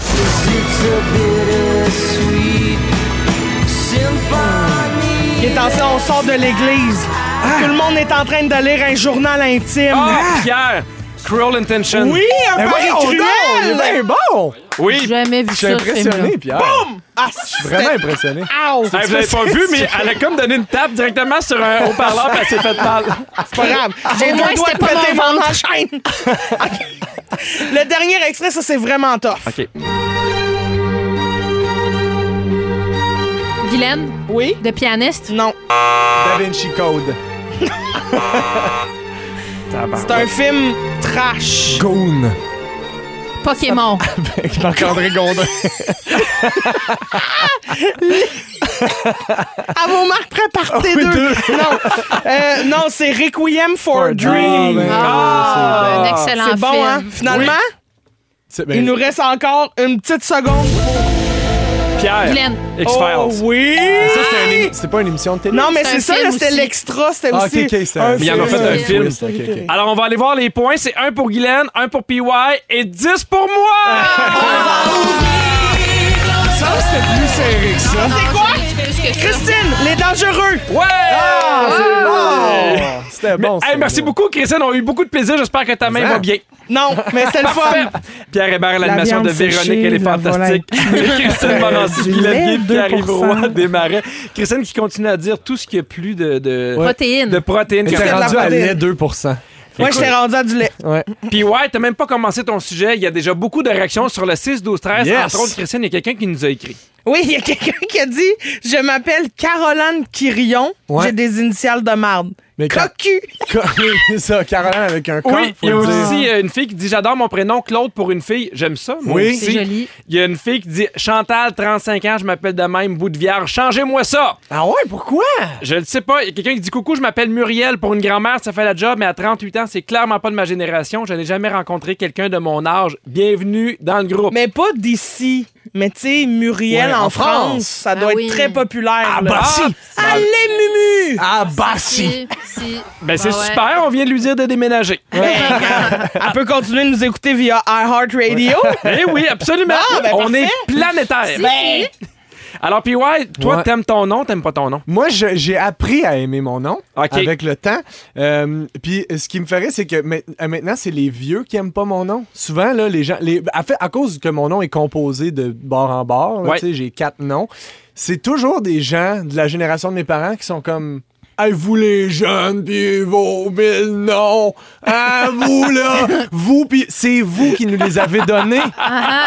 D: Et attention, on sort de l'église.
A: Ah.
D: Tout le monde est en train de lire un journal intime.
B: Ah, Pierre. Cruel Intention.
D: Oui, un
A: Ben
D: pari
A: voyons donc, Ben, Il
D: cruel.
A: est bien bon.
B: Oui.
C: J'ai jamais vu
A: Je suis
C: ça, ce film-là.
A: impressionné, Pierre.
D: Ah,
A: Je suis vraiment impressionné.
D: Ow!
B: Hey, vous l'avez pas vu, mais elle a comme donné une tape directement sur un haut-parleur et elle s'est fait mal.
D: C'est pas grave. J'ai
C: Au
D: deux doigts
C: moins,
D: de
C: c'était pas
D: péter
C: mon
D: mon enchaîne. OK. Le dernier extrait, ça, c'est vraiment tough.
B: OK.
C: Guylaine,
D: Oui?
C: de pianiste.
D: Non.
A: Da Vinci Code.
D: C'est un film trash.
A: Goon.
C: Pokémon.
A: Marc-André Gondin.
D: À vos marques, prêts, partez
A: oui,
D: deux.
A: deux.
D: Non, Euh, non c'est Requiem for a Dream.
A: ben,
C: Ah. Un excellent
D: C'est bon, hein?
C: film.
D: Finalement,
A: c'est- ben,
D: il nous reste encore une petite seconde.
B: Pierre.
C: Guylaine,
D: Oh
B: X-Files.
D: oui!
A: ça, c'est un émi- c'est pas une émission de télé.
D: Non, mais c'est
C: C'est un
D: ça,
C: film
D: là, c'était
C: aussi.
D: l'extra, c'était
A: Ah,
D: aussi.
A: ok, ok, c'est un
B: Mais il y en a fait un film.
A: twist, ok, ok.
B: Alors, on va aller voir les points. C'est un pour Guylaine, un pour PY et 10 pour
D: Ah!
B: moi.
A: Ça, c'était plus serré que ça.
D: C'est quoi? Christine, les dangereux!
B: Ouais!
A: Ah, C'était
B: Mais-
A: bon.
B: hey,
A: ça,
B: merci
A: là.
B: beaucoup, Christine. On a eu beaucoup de plaisir. J'espère que ta main
A: Ça.
B: va bien.
D: Non, mais c'était le
B: Parfait.
D: fun.
B: Pierre Hébert à l'animation
D: viande
B: de Véronique,
D: séchée,
B: elle est
D: de la
B: fantastique. Christine Morancy,
D: du
B: qui l'a
D: lait,
B: bien, Pierre
D: 2%.
B: Roy des Marais. Christine qui continue à dire tout ce qu'il y a plus de, de,
C: Protéines.
B: de protéines.
A: Et
B: que-
A: t'es
D: la
A: rendu à
D: protéine.
A: lait 2%.
D: Moi, j'étais rendu à du lait.
A: Ouais.
B: Puis ouais, t'as même pas commencé ton sujet. Il y a déjà beaucoup de réactions sur le 6, 12, 13.
A: Yes.
B: Entre autres, Christine, il y a quelqu'un qui nous a écrit.
D: Oui, il y a quelqu'un qui a dit Je m'appelle Caroline Quirion,
A: Ouais.
D: j'ai des initiales de marde.
A: Mais quand-
D: Cocu!
A: C'est ça, Caroline avec un corps.
B: oui, il y a aussi euh, une fille qui dit J'adore mon prénom Claude pour une fille. J'aime ça. Moi
A: Oui.
B: aussi.
C: c'est joli.
B: Il y a une fille qui dit Chantal, 35 ans, je m'appelle de même, bout de vierge. Changez-moi ça.
A: Ah ouais, pourquoi?
B: Je le sais pas. Il y a quelqu'un qui dit Coucou, je m'appelle Muriel pour une grand-mère, ça fait la job, mais à 38 ans, c'est clairement pas de ma génération. Je n'ai jamais rencontré quelqu'un de mon âge. Bienvenue dans le groupe.
D: Mais pas d'ici. Mais tu sais, Muriel
A: Ouais,
D: en,
A: en
D: France,
A: France.
D: ça doit
C: Ah
D: être
C: oui.
D: très populaire.
B: Ah,
D: là.
B: bah si.
D: Allez, Mumu!
A: Ah, bah si.
C: Si, si.
B: Ben, c'est
C: Ah ouais.
B: super, on vient de lui dire de déménager.
D: Elle peut continuer de nous écouter via iHeartRadio.
B: Eh oui, absolument.
D: Ah, ben,
B: on
D: parfait.
B: est planétaire.
D: Ben,
B: Alors, puis ouais, toi,
A: Ouais.
B: t'aimes ton nom, t'aimes pas ton nom.
A: Moi, je- j'ai appris à aimer mon nom
B: Ok.
A: avec le temps. Euh, Puis ce qui me ferait, c'est que ma- à maintenant, c'est les vieux qui aiment pas mon nom. Souvent, là, les gens. Les, à, fait, à cause que mon nom est composé de bord en bord, là,
B: Ouais.
A: tu sais, j'ai quatre noms, c'est toujours des gens de la génération de mes parents qui sont comme. À vous les jeunes, puis vos mille noms. À vous là. Vous, puis c'est vous qui nous les avez donnés.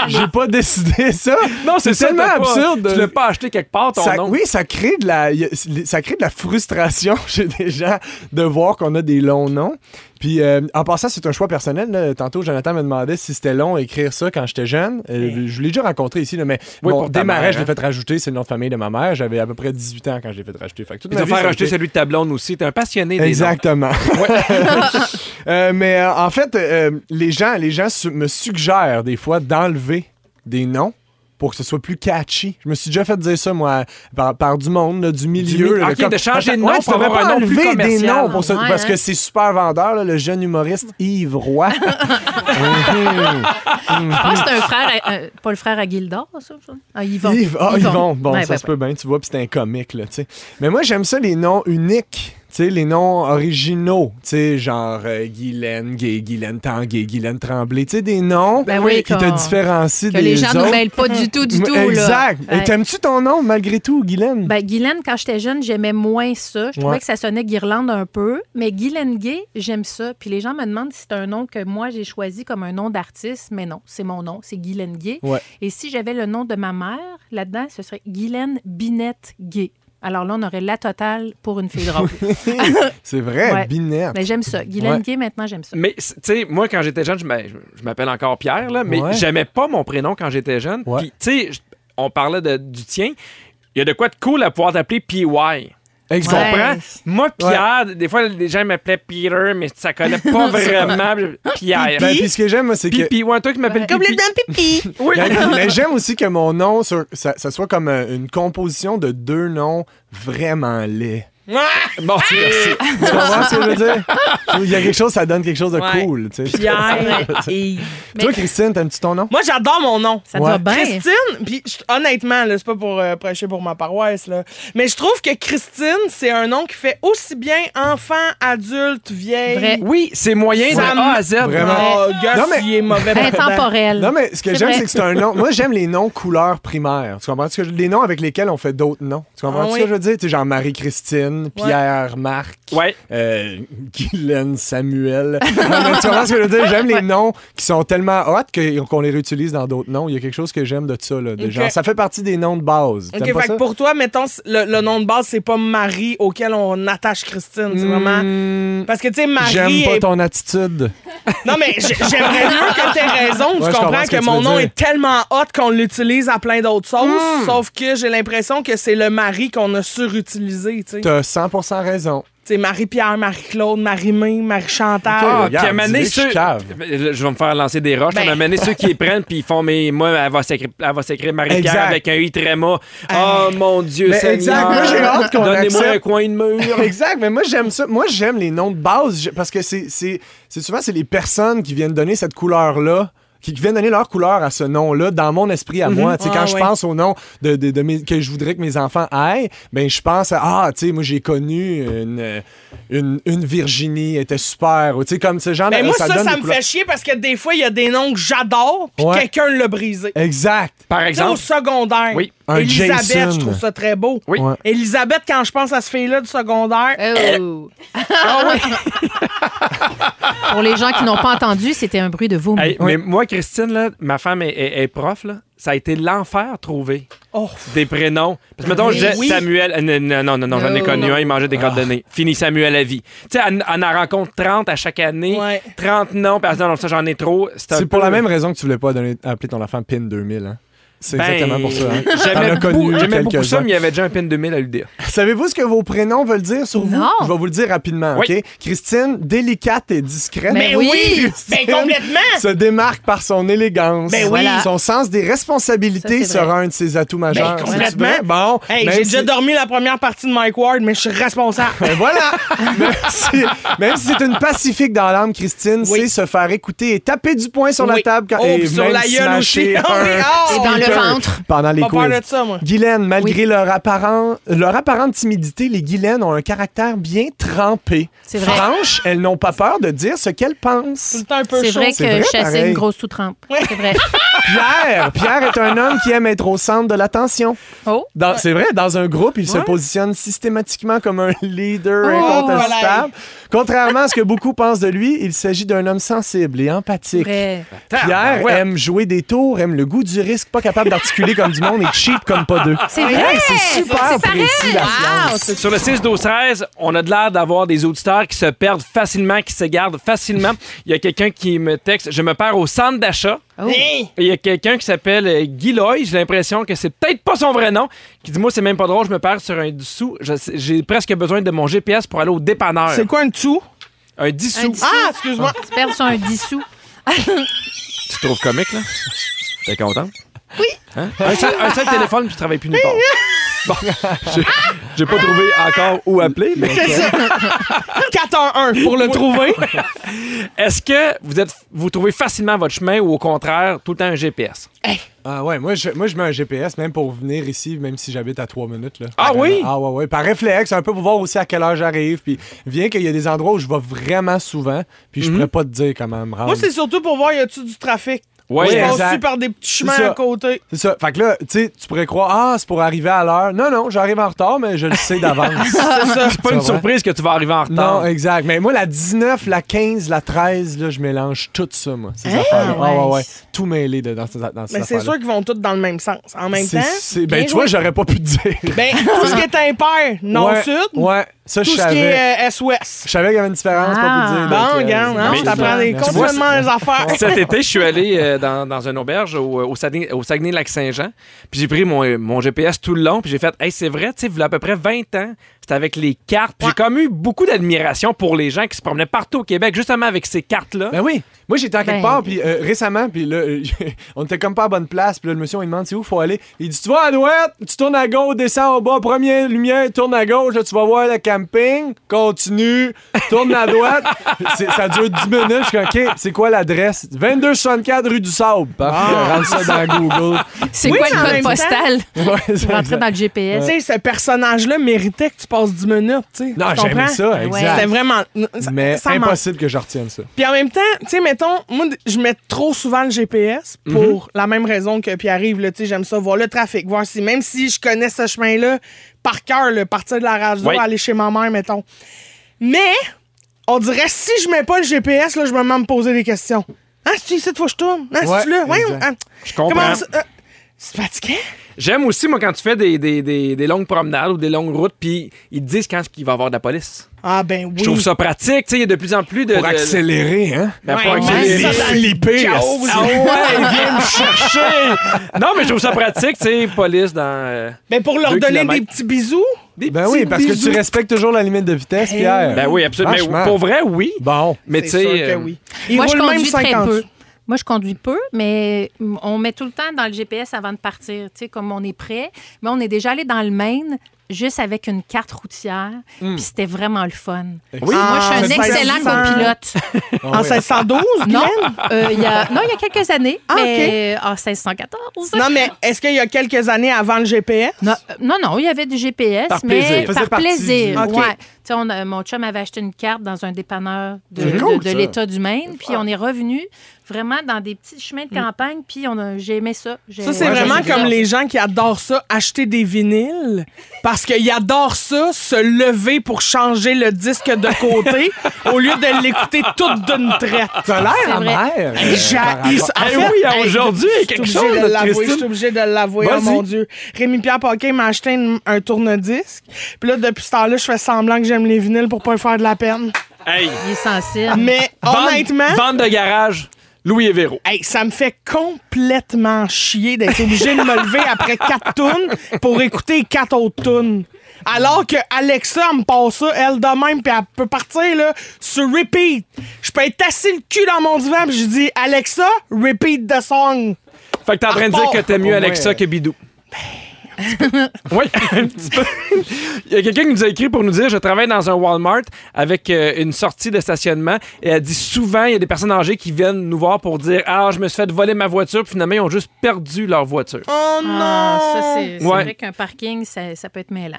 A: J'ai pas décidé ça.
B: Non, c'est ça,
A: tellement
B: t'as pas-
A: absurde.
B: Tu l'as pas acheté quelque part, ton
A: Ça-
B: nom.
A: oui, ça crée de la, y a- ça crée de la frustration chez des gens de voir qu'on a des longs noms. Puis euh, en passant, c'est un choix personnel. là. Tantôt, Jonathan me demandait si c'était long écrire ça quand j'étais jeune. Euh, Je vous l'ai déjà rencontré ici, là, mais
B: Oui,
A: bon,
B: pour ta
A: démarrage,
B: mère,
A: je l'ai
B: hein.
A: fait rajouter. C'est le nom de famille de ma mère. J'avais à peu près 18 ans quand je l'ai fait rajouter. Fait que toute
B: Puis
A: ma
B: de
A: vie,
B: faire
A: ça a
B: acheter
A: été-
B: celui de ta blonde aussi. T'es un passionné des noms.
A: Exactement. Euh, mais euh, en fait, euh, les gens, les gens su- me suggèrent des fois d'enlever des noms pour que ce soit plus catchy. Je me suis déjà fait dire ça, moi, par, par du monde, là, du milieu.
B: mi-
A: là,
B: ok, de changer de nom
A: Ouais,
B: pour
A: tu devrais
B: avoir
A: pas
B: un nom plus
A: enlever des
B: commercial.
A: noms pour ça,
C: Ouais,
A: parce
C: hein.
A: que c'est super vendeur, là, le jeune humoriste Yves Roy.
C: Je pense que c'est un frère, à- un- pas le frère à Gildor, ça, ça? Ah, Yvon. Ben,
A: Yves, ah, Yvon. Bon,
C: Ouais,
A: ça
C: ouais,
A: se
C: ouais.
A: peut bien, tu vois, puis c'est un comique, là, tu sais. Mais moi, j'aime ça, les noms uniques, tu sais, les noms originaux, tu sais, genre euh, Guylaine Gay, Guylaine Tanguay, Guylaine Tremblay, tu sais, des noms
C: Ben oui,
A: qui te
C: qu'on-
A: différencient
C: Que
A: des
C: les gens
A: autres.
C: ne mêlent pas du tout, du tout. là.
A: Exact. Et
C: Ouais.
A: t'aimes-tu ton nom, malgré tout, Guylaine?
C: Ben, Guylaine, quand j'étais jeune, j'aimais moins ça. Je trouvais
A: Ouais.
C: que ça sonnait guirlande un peu. Mais Guylaine Gay, j'aime ça. Puis les gens me demandent si c'est un nom que moi, j'ai choisi comme un nom d'artiste. Mais non, c'est mon nom. C'est Guylaine Gay.
A: Ouais.
C: Et si j'avais le nom de ma mère là-dedans, ce serait Guylaine Binette Gay. Alors là, on aurait la totale pour une fille drôle.
A: c'est vrai,
C: Ouais. Ben,
A: Binette.
C: mais j'aime ça. Guylaine
A: Ouais.
C: Gay, maintenant, j'aime ça.
B: Mais, c- tu sais, moi, quand j'étais jeune, je m'a- je m'appelle encore Pierre, là, mais
A: Ouais.
B: j'aimais pas mon prénom quand j'étais jeune.
A: Ouais.
B: Puis, tu sais, je- on parlait de- du tien. Il y a de quoi de cool à pouvoir t'appeler PY. Tu
A: Exact.
C: Ouais.
B: comprends? Moi, Pierre, des fois, les gens m'appelaient Peter, mais ça collait pas vraiment. Pierre.
A: Ben, puis ce que j'aime, moi, c'est que...
B: Pipi, ouais, un truc qui m'appelle Pipi.
D: pipi.
B: Oui.
A: Mais, mais j'aime aussi que mon nom, sur- ça, ça soit comme euh, une composition de deux noms vraiment laids.
B: Bon, merci.
A: Tu comprends ce que je veux dire? Il y a quelque chose, ça donne quelque chose de cool. Tu sais.
D: Pierre et...
A: Toi, Christine, t'aimes-tu ton nom?
D: Moi, j'adore mon nom.
C: Ça
A: Ouais.
C: te va bien.
D: Christine, puis je- honnêtement, là, c'est pas pour euh, prêcher pour ma paroisse, là, mais je trouve que Christine, c'est un nom qui fait aussi bien enfant, adulte, vieille.
C: Vrai.
B: Oui, c'est moyen de
D: Ça
B: A à Z.
A: Vraiment.
D: Oh, Gus,
A: Non, mais-
D: il est mauvais. perdant.
C: Intemporel.
A: Non, mais ce que
C: C'est
A: j'aime,
C: vrai.
A: c'est que c'est un nom. Moi, j'aime les noms couleurs primaires. Tu comprends? -tu que je- les noms avec lesquels on fait d'autres noms. Tu comprends
D: Ah
A: ce
D: oui.
A: que je veux dire? Tu sais, genre Marie-Christine, Pierre, Marc,
B: Ouais.
A: euh, Guylaine, Samuel. Non, mais tu comprends ce que je veux dire? J'aime les noms qui sont tellement hot que- qu'on les réutilise dans d'autres noms. Il y a quelque chose que j'aime de ça. Là, de
D: Ok.
A: genre, ça fait partie des noms de base.
D: Ok,
A: T'aimes pas
D: fait que
A: ça?
D: pour toi, mettons, c- le, le nom de base, c'est pas Marie auquel on attache Christine. C'est vraiment.
A: Hmm,
D: Parce que, tu sais, Marie.
A: J'aime pas
D: est-
A: ton attitude.
D: Non, mais j'ai- j'aimerais mieux que t'aies raison.
A: Ouais, je
D: tu
A: comprends
D: comprends
A: ce que
D: que,
A: tu
D: mon
A: veux
D: nom
A: dire.
D: est tellement hot qu'on l'utilise à plein d'autres sauces. Sauf que j'ai l'impression que c'est le mari qu'on a surutilisé. Tu sais. Tu
A: T'as 100% raison.
D: sais, Marie-Pierre, Marie-Claude, Marie-Mé,
A: Ah,
B: Ah,
D: Marie-Chantal.
B: puis
A: regarde,
B: à un moment donné,
A: dis-le que je
B: ceux... Ben,
A: suis cave.
B: Je vais me faire lancer des roches.
D: Ben.
B: À un moment donné, ceux qui les prennent, puis ils font, mais moi, elle va s'écrire, elle va s'écrire Marie-Pierre
A: Exact.
B: avec un I tréma. Oh mon Dieu,
A: Ben,
B: Seigneur.
A: exact. Moi, j'ai hâte qu'on
B: Donnez-moi
A: accepte.
B: un coin de mur.
A: Exact, mais moi j'aime ça. Moi j'aime les noms de base je- parce que c'est c'est- c'est souvent c'est les personnes qui viennent donner cette couleur là. Qui qui viennent donner leur couleur à ce nom-là dans mon esprit à moi. Tu sais, quand
D: Ah,
A: je
D: ouais.
A: pense au nom de, de- de mes- que je voudrais que mes enfants aillent, ben je pense à Ah, tu sais, moi j'ai connu une, une, une Virginie, elle était super. Ou Tu sais, comme ce genre
D: Mais
A: de
D: Ben, moi,
A: Euh, ça
D: ça, ça,
A: donne des
D: me
A: couleurs-
D: fait chier parce que des fois, il y a des noms que j'adore, puis
A: Ouais.
D: quelqu'un l'a brisé.
A: Exact.
B: Par
D: Tu sais, au
B: exemple,
D: secondaire.
B: Oui.
A: Un
D: Elisabeth,
A: Jason.
D: je trouve ça très beau.
B: Oui.
A: Ouais.
D: Elisabeth, quand je pense à ce fille-là du secondaire,
C: Oh.
A: Ah
C: Pour les gens qui n'ont pas entendu, c'était un bruit de vous.
B: Hey, mais moi, Christine, là, ma femme est, est- est prof, là. ça a été l'enfer trouver
D: oh,
B: des prénoms. Parce que, mettons,
D: Oui.
B: j'ai-
D: Oui.
B: Samuel. euh, Non, non, non, non, j'en ai
C: Oh,
B: connu
C: non.
B: un, il mangeait des
A: Ah.
B: crottes de nez. Fini Samuel à vie. Tu sais, on, on en rencontre 30 à chaque année.
D: Ouais.
B: 30 noms, parce que Ah non, ça, j'en ai trop. un
A: C'est pour
B: peu-
A: la même raison que tu voulais pas donner, appeler ton enfant PIN 2000. Hein? C'est
B: Ben,
A: exactement pour ça. hein. T'en
B: J'aimais
A: as
B: beaucoup, j'aimais beaucoup
A: quelques-uns.
B: ça, mais il y avait déjà un pin 2000 à l'UDA.
A: Savez-vous ce que vos prénoms veulent dire sur vous?
C: Non.
A: Je vais vous le dire rapidement,
B: Oui.
A: OK? Christine, délicate et discrète.
C: Mais Ben oui!
A: Christine
D: Ben complètement!
A: Se démarque par son élégance.
D: Ben oui. Ben
C: Voilà.
A: Son sens des responsabilités
C: Ça, c'est vrai.
A: sera un de ses atouts majeurs. C'est-tu
D: complètement.
A: vrai? Bon,
D: Hey,
A: même
D: j'ai
A: si-
D: déjà dormi la première partie de Mike Ward, mais je suis responsable.
A: Ben voilà! même si, même si c'est une pacifique dans l'âme, Christine,
D: Oui.
A: c'est se faire écouter et taper du poing sur la
D: Oui.
A: table quand
D: Oh,
A: et
D: puis sur
A: même
D: la gueule
A: smasher
D: aussi. Ah oui,
A: un
D: oh!
C: Et dans le
A: T-shirt
C: ventre.
A: pendant les
D: Pas
A: quiz.
D: peur de ça, moi.
A: Guylaine, malgré leur, apparent, leur apparente timidité, les Guylaines ont un caractère bien trempé.
C: C'est vrai.
A: Franches, elles n'ont pas peur de dire ce qu'elles
D: Tout
A: pensent.
D: le temps un peu
C: C'est
D: chaud.
C: vrai
A: C'est
C: que
A: vrai,
C: je suis assez
A: pareil.
C: une grosse sous-trempe. C'est vrai.
A: Pierre, Pierre est un homme qui aime être au centre de l'attention.
C: Oh.
A: Dans- C'est vrai, dans un groupe, il se positionne systématiquement comme un leader
C: Oh,
A: incontestable. Contrairement à ce que beaucoup pensent de lui, il s'agit d'un homme sensible et empathique.
C: Vrai.
A: Pierre aime jouer des tours, aime le goût du risque, pas capable d'articuler comme du monde et cheap comme pas deux.
C: C'est vrai.
A: Hey, c'est super
C: C'est pareil. Ah,
A: précis la science.
C: Wow, c'est-
B: Sur le 6-12-13, on a de l'air d'avoir des auditeurs qui se perdent facilement, qui s'égardent facilement. Il y a quelqu'un qui me texte Je me perds au centre d'achat.
C: Oh.
B: Il y a quelqu'un qui s'appelle euh, Guy Loy, j'ai l'impression que c'est peut-être pas son vrai nom, qui dit Moi, c'est même pas drôle, je me perds sur un dissous. Je sais- J'ai presque besoin de mon GPS pour aller au dépanneur.
D: C'est quoi un dessous?
B: Un
C: Un
B: dissous.
C: dissous.
D: Ah, excuse-moi.
C: Tu perds sur un dissous.
B: Tu te trouves comique, là T'es content Oui. Un, seul, un seul téléphone, puis tu travailles plus nulle part. Bon, j'ai- j'ai pas trouvé encore où appeler, mais.
D: C'est ça. 4-1-1 pour le trouver.
B: Est-ce que vous êtes vous trouvez facilement votre chemin ou au contraire tout le temps un GPS
A: Ah ouais, moi je, moi je mets un GPS même pour venir ici, même si j'habite à 3 minutes. Là.
B: Ah
A: Vraiment.
B: oui?
A: Ah ouais, ouais. Par réflexe, un peu pour voir aussi à quelle heure j'arrive. Puis vient qu'il y a des endroits où je vais vraiment souvent, puis je pourrais pas te dire comment me rendre.
D: Mhm. Moi, c'est surtout pour voir y a-tu du trafic.
B: Ouais,
D: Je
A: exact.
D: passe-tu par des petits chemins
A: C'est ça.
D: à côté.
A: C'est ça. Fait que là, tu sais, tu pourrais croire, ah, c'est pour arriver à l'heure. Non, non, j'arrive en retard, mais je le sais d'avance.
B: C'est pas une
A: Ça va.
B: surprise que tu vas arriver en retard.
A: non, exact. Mais moi, la 19, la 15, la 13, là, je mélange tout ça, moi. Ces affaires-là. Ah ouais,
C: ouais.
A: ouais. Tout mêlé dedans, dans ces, dans ces
D: Hein? Mais c'est
A: affaires-là.
D: sûr qu'ils vont tous dans le même sens. En même
A: C'est-
D: temps.
A: c'est-
D: bien
A: Ben, tu vois,
D: joué.
A: j'aurais pas pu te dire.
D: Ben, tout ce qui est impair, nord-sud,
A: Ouais, ouais, ça, je
D: tout ce qui
A: savais.
D: est euh, est-ouest.
A: Je savais qu'il y avait une différence, pas pour dire.
C: Ah.
A: donc,
D: Bon,
A: euh,
D: regarde, hein,
A: mais-
D: je t'apprends des
A: Merci.
D: complètement les affaires.
B: Cet été, je suis allé euh, dans, dans une auberge au, au Saguenay- au Saguenay-Lac-Saint-Jean. Puis j'ai pris mon, euh, mon GPS tout le long. Puis j'ai fait, hey, c'est vrai, tu sais, il y a à peu près 20 ans, c'était avec les cartes. Puis j'ai comme eu beaucoup d'admiration pour les gens qui se promenaient partout au Québec, justement avec ces cartes-là.
A: Ben oui. Moi, j'étais à quelque
C: Ben-
A: part, puis euh, récemment, puis là, euh, on était comme pas à bonne place, puis là, le monsieur, on lui demande c'est où faut aller. Il dit Tu vas à droite, tu tournes à gauche, descends au bas, première lumière, tourne à gauche, là, tu vas voir le camping, continue, tourne à droite. C'est- ça dure 10 minutes, je suis comme, OK, c'est quoi l'adresse 2264 rue du Sable. Ah! Parfait, rentre ça dans Google.
C: C'est
D: Oui,
C: quoi
D: mais en
C: le
D: même
C: code postal?
A: Ouais, c'est-
C: Rentrer dans le
D: Tu
C: GPS.
D: sais, ce personnage-là méritait que tu passes 10 minutes, tu sais.
A: Non,
D: Tu
A: j'aimais
D: comprends?
A: ça,
D: C'était
A: exact.
D: vraiment. ça-
A: Mais
D: ça manque.
A: impossible que je retienne ça.
D: Puis en même temps, tu sais, mettons, moi, je mets trop souvent le GPS
A: Mhm.
D: pour la même raison que Pierre arrive, là, tu sais, j'aime ça, voir le trafic, voir si, même si je connais ce chemin-là par cœur, là, partir de la radio,
B: Oui.
D: aller chez ma mère, mettons. Mais, on dirait, si je mets pas le GPS, là, je me mets à me poser des questions. Ah, c'est cette fois que je tourne? Ah,
A: Ouais,
D: c'est là? Voyons.
A: exact.
D: ah,
B: Je comprends.
D: comment ça- euh, c'est fatiguant?
B: J'aime aussi, moi, quand tu fais des, des- des- des longues promenades ou des longues routes, puis ils te disent quand il va y avoir de la police.
D: Ah, ben oui.
B: Je trouve ça pratique. Tu sais, il y a de plus en plus de.
A: Pour
B: de-
A: accélérer, hein
B: Ben, pour
D: Ouais,
B: accélérer.
D: mais ça, ça-
A: Flipper,
D: Chaos.
B: Ah ouais, viens me chercher! Non, mais je trouve ça pratique, tu sais, police dans. euh,
D: Mais Ben, pour leur
B: Deux
D: donner des
B: kilomètres.
D: petits bisous,
B: des
A: Ben
B: petits
A: oui, parce
B: bisous.
A: que tu respectes toujours la limite de vitesse, Pierre.
B: Ben oui, absolument. Mais
A: Franchement.
B: pour vrai, oui.
A: Bon.
B: Mais tu
D: c'est sûr
B: sais.
D: que
B: euh,
D: oui. Ils
C: Moi, je
D: roulent même
C: conduis très
D: 50.
C: peu. Moi, je conduis peu, mais mm, on met tout le temps dans le GPS avant de partir, tu sais, comme on est prêt. Mais on est déjà allé dans le Maine juste avec une carte routière, puis c'était vraiment le fun.
A: Oui,
D: Ah,
C: Moi, je suis un
D: c'est
C: excellent
D: intéressant.
C: copilote.
D: En
B: Ah
D: 1612,
C: Non,
D: Guylaine?
C: euh, il y a, non, il y a quelques années,
D: Ah,
C: mais euh, en 1614.
D: Non, mais est-ce qu'il y a quelques années avant le GPS?
C: Non, euh, non, non, il y avait du GPS,
B: Par
C: mais
B: plaisir.
A: Faisait
C: par
A: partie
C: plaisir.
A: du-
D: Ok.
C: ouais. Tu sais, on a- mon chum avait acheté une carte dans un dépanneur de,
A: C'est
C: de-
A: cool,
C: de
A: ça.
C: l'État du Maine, puis on est revenu vraiment dans des petits chemins de campagne, puis on a- j'ai aimé ça. J'ai-
D: Mm. Ça, c'est
C: Ouais,
D: vraiment
C: j'ai-
D: comme les gens qui adorent ça, acheter des vinyles, parce qu'ils adorent ça, se lever pour changer le disque de côté, au lieu de l'écouter toute d'une traite.
A: T'as l'air
C: vrai.
A: amer.
D: Ben
A: euh, par
D: J'haïs
A: rapport-
D: ça. En
B: Eh
D: fait,
B: oui,
D: hey,
B: aujourd'hui, il y a
D: Je
B: quelque
D: suis
B: chose
D: obligée
B: de
D: de l'avouer, je
B: Christine.
D: suis obligée de l'avouer, oh
B: Vas-y.
D: mon Dieu. Rémi-Pierre Paquin m'a acheté une- un tourne-disque. Puis là, depuis ce temps-là, je fais semblant que j'aime les vinyles pour pas lui faire de la peine.
B: Hey,
C: Il est sensible.
D: Mais
B: vente-
D: honnêtement,
B: Vente de garage, Louis et Véro.
D: Hey, ça me fait complètement chier d'être obligé de me lever après quatre tunes pour écouter quatre autres tunes. Alors que Alexa elle me passe ça, elle de même, puis elle peut partir là, sur repeat. Je peux être assis le cul dans mon divan, puis je dis Alexa, repeat the song.
B: Fait que Ben, t'es en train de dire que t'es
A: Au
B: mieux
A: moins,
B: Alexa
A: euh,
B: que Bidou. Oui, un petit peu. Il y a quelqu'un qui nous a écrit pour nous dire Je travaille dans un Walmart avec euh, une sortie de stationnement et elle dit souvent, il y a des personnes âgées qui viennent nous voir pour dire Ah, je me suis fait voler ma voiture, puis finalement, ils ont juste perdu leur voiture.
D: Oh non!
C: Ah, ça, c'est c'est
B: Ouais.
C: vrai qu'un parking, ça, ça peut être mêlant.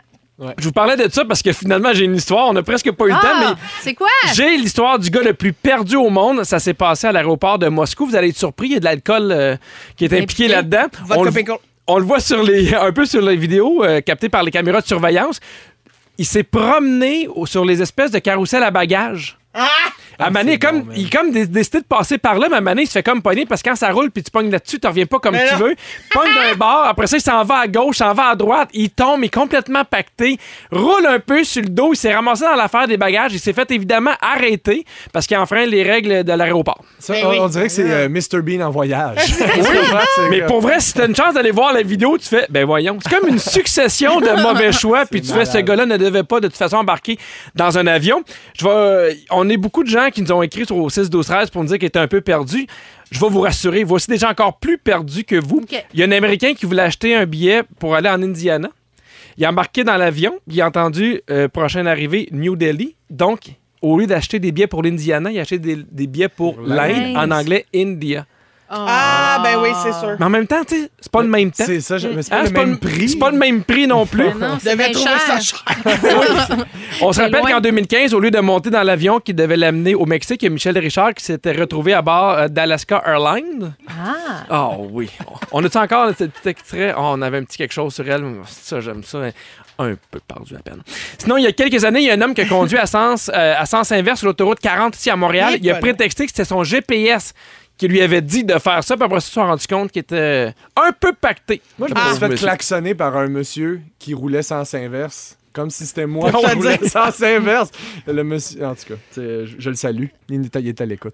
B: Je vous parlais de ça parce que finalement, j'ai une histoire. On n'a presque pas eu le temps,
C: Ah,
B: mais
C: c'est quoi?
B: J'ai l'histoire du gars le plus perdu au monde. Ça s'est passé à l'aéroport de Moscou. Vous allez être surpris, il y a de l'alcool euh, qui est impliqué
C: Impliqué.
B: là-dedans.
D: Votre
B: On le-
D: copain-
B: on le voit sur les, un peu sur les vidéos euh, captées par les caméras de surveillance. Il s'est promené au- sur les espèces de carrousels à bagages.
D: Ah!
B: À Mané, comme, il est comme dé- décidé de passer par là, mais à Mané, il se fait comme pogner parce que quand ça roule puis tu pognes là-dessus, tu reviens pas comme
D: Mais
B: tu
D: là-
B: veux. Pogne d'un bord, après ça, il s'en va à gauche, s'en va à droite, il tombe, il est complètement pacté, roule un peu sur le dos, il s'est ramassé dans l'affaire des bagages, il s'est fait évidemment arrêter parce qu'il enfreint les règles de l'aéroport.
A: Ça,
D: Ben
A: on,
D: oui.
A: on dirait que c'est euh, Mr. Bean en voyage. oui,
B: Mais pour vrai, si t'as une chance d'aller voir la vidéo, tu fais, ben voyons, c'est comme une succession de mauvais choix, puis tu fais, ce gars-là ne devait pas de toute façon embarquer dans un avion. Je vais, euh, on est beaucoup de gens qui nous ont écrit sur au 6 12 13 pour nous dire qu'ils étaient un peu perdus. Je vais vous rassurer, voici des gens encore plus perdus que vous.
C: Ok.
B: Il y a un Américain qui voulait acheter un billet pour aller en Indiana. Il a embarqué dans l'avion, il a entendu euh, prochaine arrivée New Delhi. Donc, au lieu d'acheter des billets pour l'Indiana, il a acheté des, des billets pour l'Inde,
C: l'Inde.
B: en anglais India.
D: Ah, ben oui, c'est sûr.
B: Mais en même temps, tu sais, c'est pas le même temps.
A: C'est ça, je- mais c'est
B: Ah,
A: pas le même
B: le-
A: prix.
B: C'est pas le même prix non plus.
C: Mais non, c'est
D: Devait
C: bien
D: trouver ça
C: cher.
D: cher.
B: On se
C: C'est
B: rappelle
C: loin.
B: qu'en 2015, au lieu de monter dans l'avion qui devait l'amener au Mexique, il y a Michel Richard qui s'était retrouvé à bord euh, d'Alaska Airlines.
C: Ah,
B: Oh oui. On a-tu encore ce petit extrait? Oh, on avait un petit quelque chose sur elle. Ça, j'aime ça. hein. Un peu perdu à peine. Sinon, il y a quelques années, il y a un homme qui a conduit à sens, euh, à sens inverse sur l'autoroute 40 ici à Montréal. Il a
D: Nicolas.
B: prétexté que c'était son GPS qui lui avait dit de faire ça. Puis après, ça, ils se sont rendus compte qu'il était euh, un peu pacté.
A: Moi, je me suis fait klaxonner par un monsieur qui roulait sens inverse. Comme si c'était moi
D: Ça
A: qui roulais
D: dit-
A: sens inverse. Le monsieur. En tout cas, tu sais, je, je le salue. Il est à, il est à l'écoute.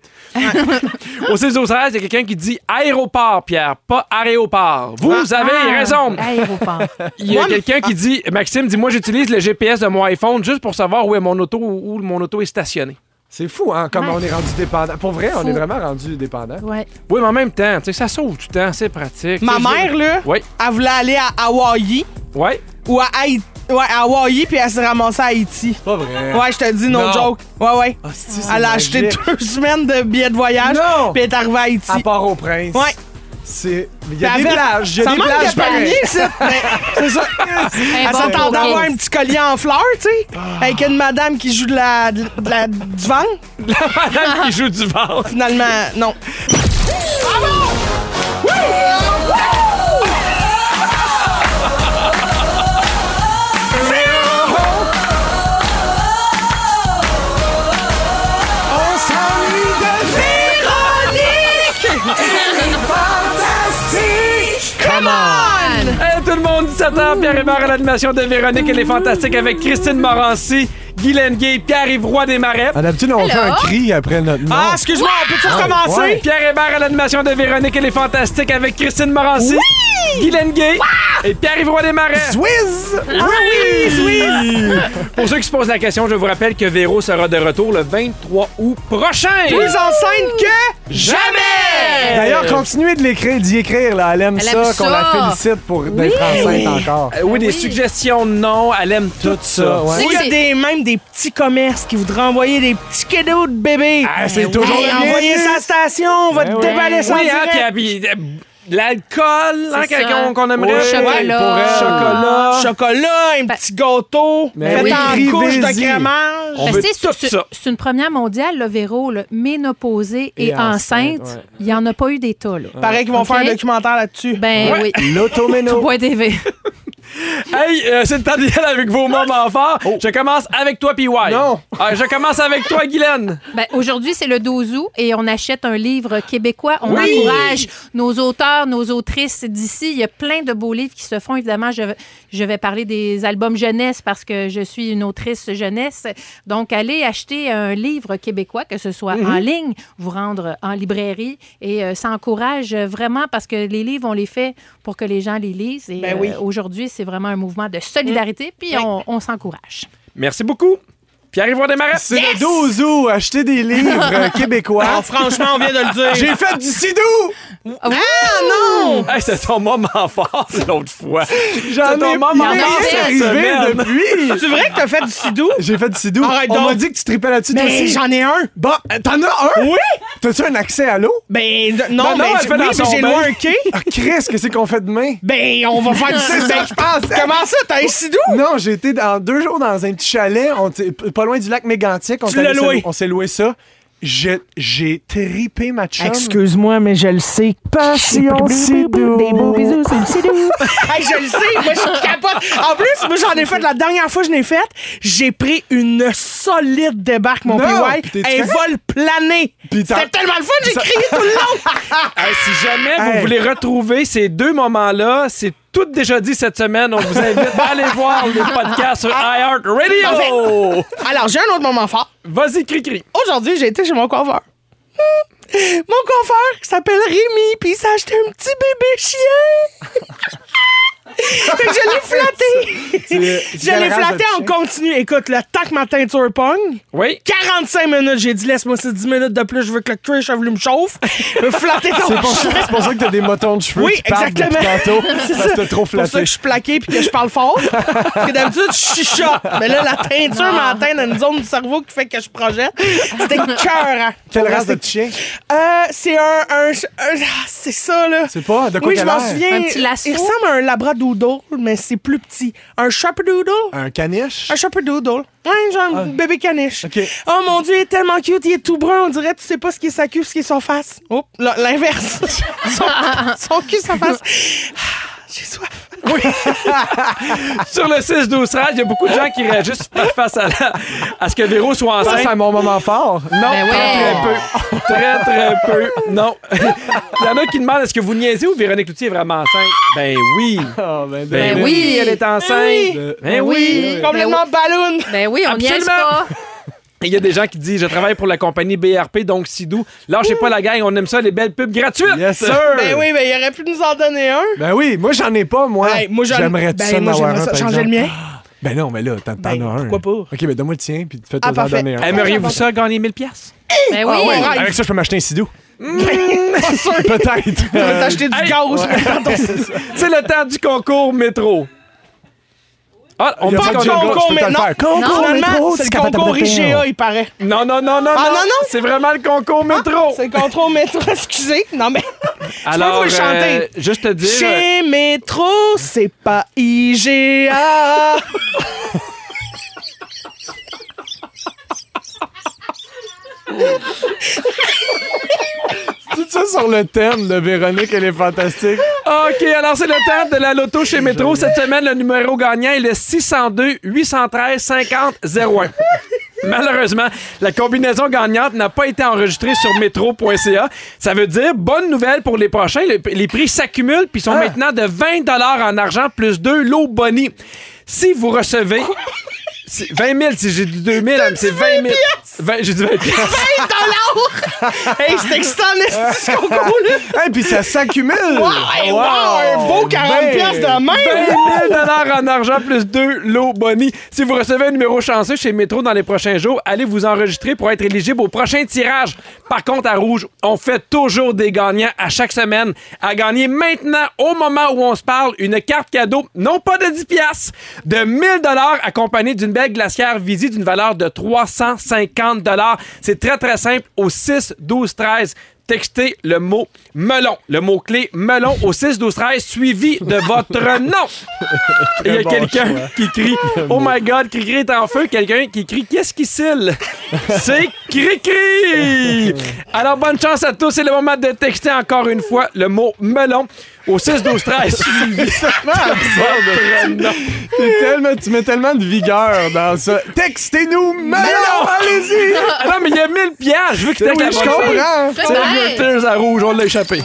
B: Au 6 12 13, il y a quelqu'un qui dit aéroport, Pierre, pas aéroport. Vous avez
C: Ah,
B: raison.
C: Aéroport.
B: Il y a quelqu'un qui dit Maxime, dis-moi, j'utilise le GPS de mon iPhone juste pour savoir où est mon auto où où mon auto est stationnée.
A: C'est fou, hein, comme
C: Ouais.
A: on est rendu dépendant. Pour vrai, on
C: Fou.
A: est vraiment rendu dépendant.
C: Ouais.
B: Oui, mais en même temps, tu sais, ça sauve du temps, c'est pratique.
D: Ma
B: Tu sais,
D: mère,
B: j'ai-
D: là,
B: Oui,
D: elle voulait aller à Hawaï
B: oui.
D: ou à Haïti. Ouais, à Hawaï, puis elle s'est ramassée à Haïti.
A: Pas vrai.
D: Ouais, je te dis, no
A: Non.
D: joke. Ouais, ouais.
A: Hostie, c'est
D: Elle a acheté
A: magique.
D: deux semaines de billets de voyage,
A: Non!
D: puis elle est arrivée à Haïti.
A: À part au prince.
D: Ouais.
A: C'est. Il y a
D: Puis
A: des
D: elle-
A: plages. Il y a
D: ça
A: des
D: manque
A: plages
D: de palmiers,
A: pareilles.
D: ça. Mais c'est ça.
C: Un
D: Elle
C: bon
D: s'attendait à
C: bouquet.
D: avoir un petit collier en fleurs, tu sais,
A: Ah.
D: avec une madame qui joue de la, de la- du ventre.
B: Madame qui joue du ventre.
D: Finalement, non.
A: On s'ennuie de
B: Hey, tout le monde, 17h, Pierre Hébert à l'animation de Véronique. Elle est fantastique avec Christine Morancy, Guy Lenguet, Pierre Ivroy des Marais.
A: À l'habitude, Ah, on fait un
C: Hello?
A: cri après notre nom.
D: Ah, excuse-moi, on peut-tu recommencer?
A: ouais.
B: Pierre Hébert à l'animation de Véronique et les Fantastiques avec Christine Morancy, Guylaine Gay et Pierre-Yvroy Desmarais.
D: Euh,
A: Swizz!
B: Pour ceux qui se posent la question, je vous rappelle que Véro sera de retour le 23 août prochain.
D: Plus enceinte que
B: Jamais!
A: D'ailleurs, continuez de l'écrire, d'y écrire. Là. Elle aime
C: Elle
A: ça,
C: aime
A: qu'on la
C: ça.
A: félicite pour d'être enceinte encore.
B: Euh, oui, des suggestions, non, elle aime tout ça.
A: ouais.
D: Il y a
C: c'est-
D: des, même des petits commerces qui voudraient envoyer des petits cadeaux de bébé.
A: Ah, c'est toujours
D: Hey,
A: le
D: envoyez
A: bienvenu.
D: sa station, on va
A: Ben
D: te
A: oui.
D: déballer ça en
B: Oui, hein,
D: direct.
B: puis, ah, puis, euh, l'alcool, hein,
C: C'est ça.
B: qu'on- qu'on aimerait.
A: Ouais,
C: Chocolat.
A: pour elle.
B: Chocolat.
D: Chocolat, un petit gâteau,
A: Ben
D: fait
A: oui.
D: en couche de
A: Écrivez-y.
D: crémage.
B: On
C: Parce
B: veut
C: que
B: tout
C: Ben, c'est- c'est-
B: ça.
C: C'est une première mondiale, le Véro, là, ménopausée et,
A: Et enceinte,
C: enceinte. Il n'y en a pas eu des tas, là.
D: Pareil qu'ils vont
C: Ok.
D: faire un documentaire là-dessus.
C: Ben oui.
A: L'automéno.
C: 3.tv.
B: Hey, euh, c'est le temps d'y aller avec vos moments forts. Je commence avec toi, PY.
A: Non.
B: Ah, je commence avec toi, Guylaine.
C: Ben, Aujourd'hui, c'est le 12 août et on achète un livre québécois. On
B: Oui!
C: encourage nos auteurs, nos autrices d'ici. Il y a plein de beaux livres qui se font. Évidemment, je, je vais parler des albums jeunesse parce que je suis une autrice jeunesse. Donc, allez acheter un livre québécois, que ce soit
D: Mhm.
C: en ligne, vous rendre en librairie. Et euh, ça encourage vraiment parce que les livres, on les fait pour que les gens les lisent. Et
D: Ben oui. Mm.
C: euh, aujourd'hui, c'est vraiment un mouvement de solidarité. Puis, on, on s'encourage.
B: Merci beaucoup. Pierre-Yves Desmarais.
A: C'est le 12 août, achetez des livres euh, québécois.
E: Oh, franchement, on vient de le dire.
A: J'ai fait du sidou!
B: Hey, c'est ton moment fort l'autre fois.
A: J'en
B: C'est ton
A: ai
B: moment
A: plein
B: mort
A: qui est
B: cette
A: arrivé
B: semaine.
A: depuis!
D: Ah, C'est vrai que t'as fait du sidou?
A: J'ai fait du sidou.
D: Arrête
A: On
D: donc.
A: m'a dit que tu tripais là-dessus. toi
D: Ben,
A: aussi.
D: j'en ai un.
A: Bon, euh, t'en as un?
D: Oui!
A: T'as-tu un accès à l'eau?
D: Ben, de- non,
B: Ben non,
D: mais
B: elle fait dans
D: oui,
B: son
D: mais j'ai
B: bain.
D: loin un quai.
A: Ah, Chris, qu'est-ce qu'on fait demain?
D: Ben, on va faire du
A: C'est
D: sidou.
A: ça que je pense.
D: Comment ça, t'as un sidou?
A: Non, j'ai été dans deux jours dans un petit chalet, on était p- pas loin du lac Mégantic. On
D: Tu
A: est allé
D: l'as
A: se
D: loué.
A: lou- On s'est loué ça. J'ai, j'ai tripé ma chum.
G: Excuse-moi, mais je le sais.
A: Passion Sidou.
G: Des beaux bisous, c'est le sidou.
D: Hey, je le sais, moi je capote. En plus, moi j'en ai fait la dernière fois que je l'ai faite, j'ai pris une solide débarque mon
A: Non, pis
D: PY,
A: t'es-tu
D: un
A: correct?
D: vol plané.
A: Pis t'as-
D: C'était tellement le fun, j'ai
A: Ça-
D: crié tout le long.
B: Hey, si jamais vous
A: Hey.
B: voulez retrouver ces deux moments-là, c'est tout déjà dit cette semaine. On vous invite à aller voir le podcast sur iHeartRadio.
D: Alors, j'ai un autre moment fort.
B: Vas-y, cri-cri.
D: Aujourd'hui, j'ai été chez mon coiffeur. Hmm. Mon coiffeur qui s'appelle Rémi, puis il s'est acheté un petit bébé chien. fait que je l'ai flatté. Je l'ai flatté en continu. Écoute, le temps que ma teinture pogne,
B: Oui.
D: 45 minutes, j'ai dit laisse-moi ces 10 minutes de plus, je veux que le cuir chevelu me chauffe. Je veux flatter ton
A: C'est pour, ça, c'est pour ça que t'as des motons de cheveux
D: Oui,
A: qui partent depuis tantôt.
D: exactement. C'est
A: Parce que t'as trop
D: C'est pour ça
A: flatté.
D: que je suis plaqué puis que je parle fort. Parce que d'habitude, je chuchote. Mais là, la teinture m'atteint dans une zone du cerveau qui fait que je projette. C'était cœur.
A: Quelle race de petit chien?
D: Euh, c'est un. un, un- ah, c'est ça, là.
A: C'est pas? De quoi
D: oui, je
A: qu'elle
D: m'en
A: a l'air?
D: souviens.
C: Un petit lasso?
D: Il ressemble à un labradoodle, mais c'est plus petit. Un sharpadoodle?
A: Un caniche?
D: Un Ah, sharpadoodle. Ouais, genre un bébé caniche.
A: Ah. Ok.
D: Oh mon Dieu, il est tellement cute. Il est tout brun. On dirait, tu sais pas ce qui est sa queue, ce qui est son face. Oh, là, l'inverse. son, son cul, sa face. Ah, J'ai soif.
B: Sur le 6 12 13 il y a beaucoup de gens qui réagissent par- face à, la- à ce que Véro soit
A: Ça, c'est
B: enceinte.
A: mon moment fort.
D: Ah,
A: Non,
C: Ben ouais.
B: Très peu. Très, très peu. Non. Il y en a qui demandent est-ce que vous niaisez ou Véronique Loutier est vraiment enceinte? Ben oui.
A: Ah, ben,
B: Ben, oui.
C: Ben oui.
B: elle est enceinte.
A: oui.
B: Ben oui.
C: Ben
D: Complètement balloon.
C: Ben oui, on n'y est
B: Absolument.
C: pas.
B: Il y a des gens qui disent Je travaille pour la compagnie BRP, donc Sidou. Lâchez pas la gang, on aime ça, les belles pubs gratuites.
A: Yes, sir.
D: Ben oui, ben il aurait pu nous en donner un.
A: Ben oui, moi j'en ai pas, moi.
D: Hey, moi, j'en-
A: j'aimerais
D: ben,
A: Ah, ça en
D: moi,
A: avoir
D: j'aimerais
A: un,
D: ça.
A: par
D: Changer le
A: exemple.
D: mien?
A: Ben non, mais là, t'en t'en
D: Ben,
A: as un.
D: pourquoi pas?
A: Ok, ben donne-moi le tien, puis faites-en
D: Ah, parfait.
A: donner un.
B: Aimeriez-vous ça gagner 1000$? piastres?
C: Ben
D: Ah
C: oui.
D: ouais.
C: Ah,
A: Avec ça, je peux m'acheter un sidou.
C: Mmh.
D: Pas sûr.
A: Peut-être.
D: Tu vas t'acheter du
B: hey,
D: gaz. dans ton-
B: C'est le temps du concours métro. Ah, on
A: Il y a
B: parle
A: pas de
B: qu'on
A: jingle,
B: concours
A: je peux te le
D: maintenant.
A: faire. Concours
D: Finalement,
A: métro,
D: c'est le
A: capable de
D: concours
A: porter un.
D: IGA, il paraît.
B: Non, non, non, non.
D: Ah, non, non. Ah,
B: C'est vraiment le concours
A: Oh.
B: métro.
D: C'est le contrôle métro, excusez. Non, mais.
B: Alors,
D: je peux pas le
B: euh,
D: chanter.
B: juste te dire. euh,
D: Chez Métro, c'est pas IGA.
A: Tout ça sur le thème de Véronique, elle est fantastique.
B: OK, alors c'est le temps de la loto chez Métro. Cette semaine, le numéro gagnant est le 602 813 50 01. Malheureusement, la combinaison gagnante n'a pas été enregistrée sur métro.ca. Ça veut dire, bonne nouvelle pour les prochains, le- les prix s'accumulent puis sont maintenant de 20 en argent plus 2 lots bonnie. Si vous recevez... c'est 20 000, si j'ai dit 2 000, c'est 20 000. 20 j'ai dit 20 piastres.
D: hey, c'est excitant, n'est-ce ce concours-là?
A: Hey, puis ça s'accumule.
D: Hey, wow, un beau 40$
A: Ben,
D: piastres de même.
B: 20 000 en argent plus 2 lots Bonnie. Si vous recevez un numéro chanceux chez Métro dans les prochains jours, allez vous enregistrer pour être éligible au prochain tirage. Par contre, à Rouge, on fait toujours des gagnants à chaque semaine. À gagner maintenant, au moment où on se parle, une carte cadeau, non pas de 10 piastres, de 1000 accompagnée d'une belle glacière visite d'une valeur de 350 C'est très, très simple. Au 6, 12, 13, textez le mot melon. Le mot-clé melon au 6 12 13 suivi de votre nom. Et Il y a
A: bon
B: quelqu'un
A: choix.
B: qui crie Oh my god, Cricri est en feu. Quelqu'un qui crie Qu'est-ce qui cille C'est Cricri Alors bonne chance à tous. C'est le moment de texter encore une fois le mot melon au 6 12 13 suivi de
A: Ah,
B: votre nom.
A: T'es tellement- tu mets tellement de vigueur dans ça. Textez-nous maintenant, allez-y.
B: Ah Non, mais il y a 1000 piastres. Je veux qu'il texte
A: Oui,
B: la
A: je
B: bonne chose.
A: comprends.
C: ben,
B: C'est Tears à rouge, on l'a échappé.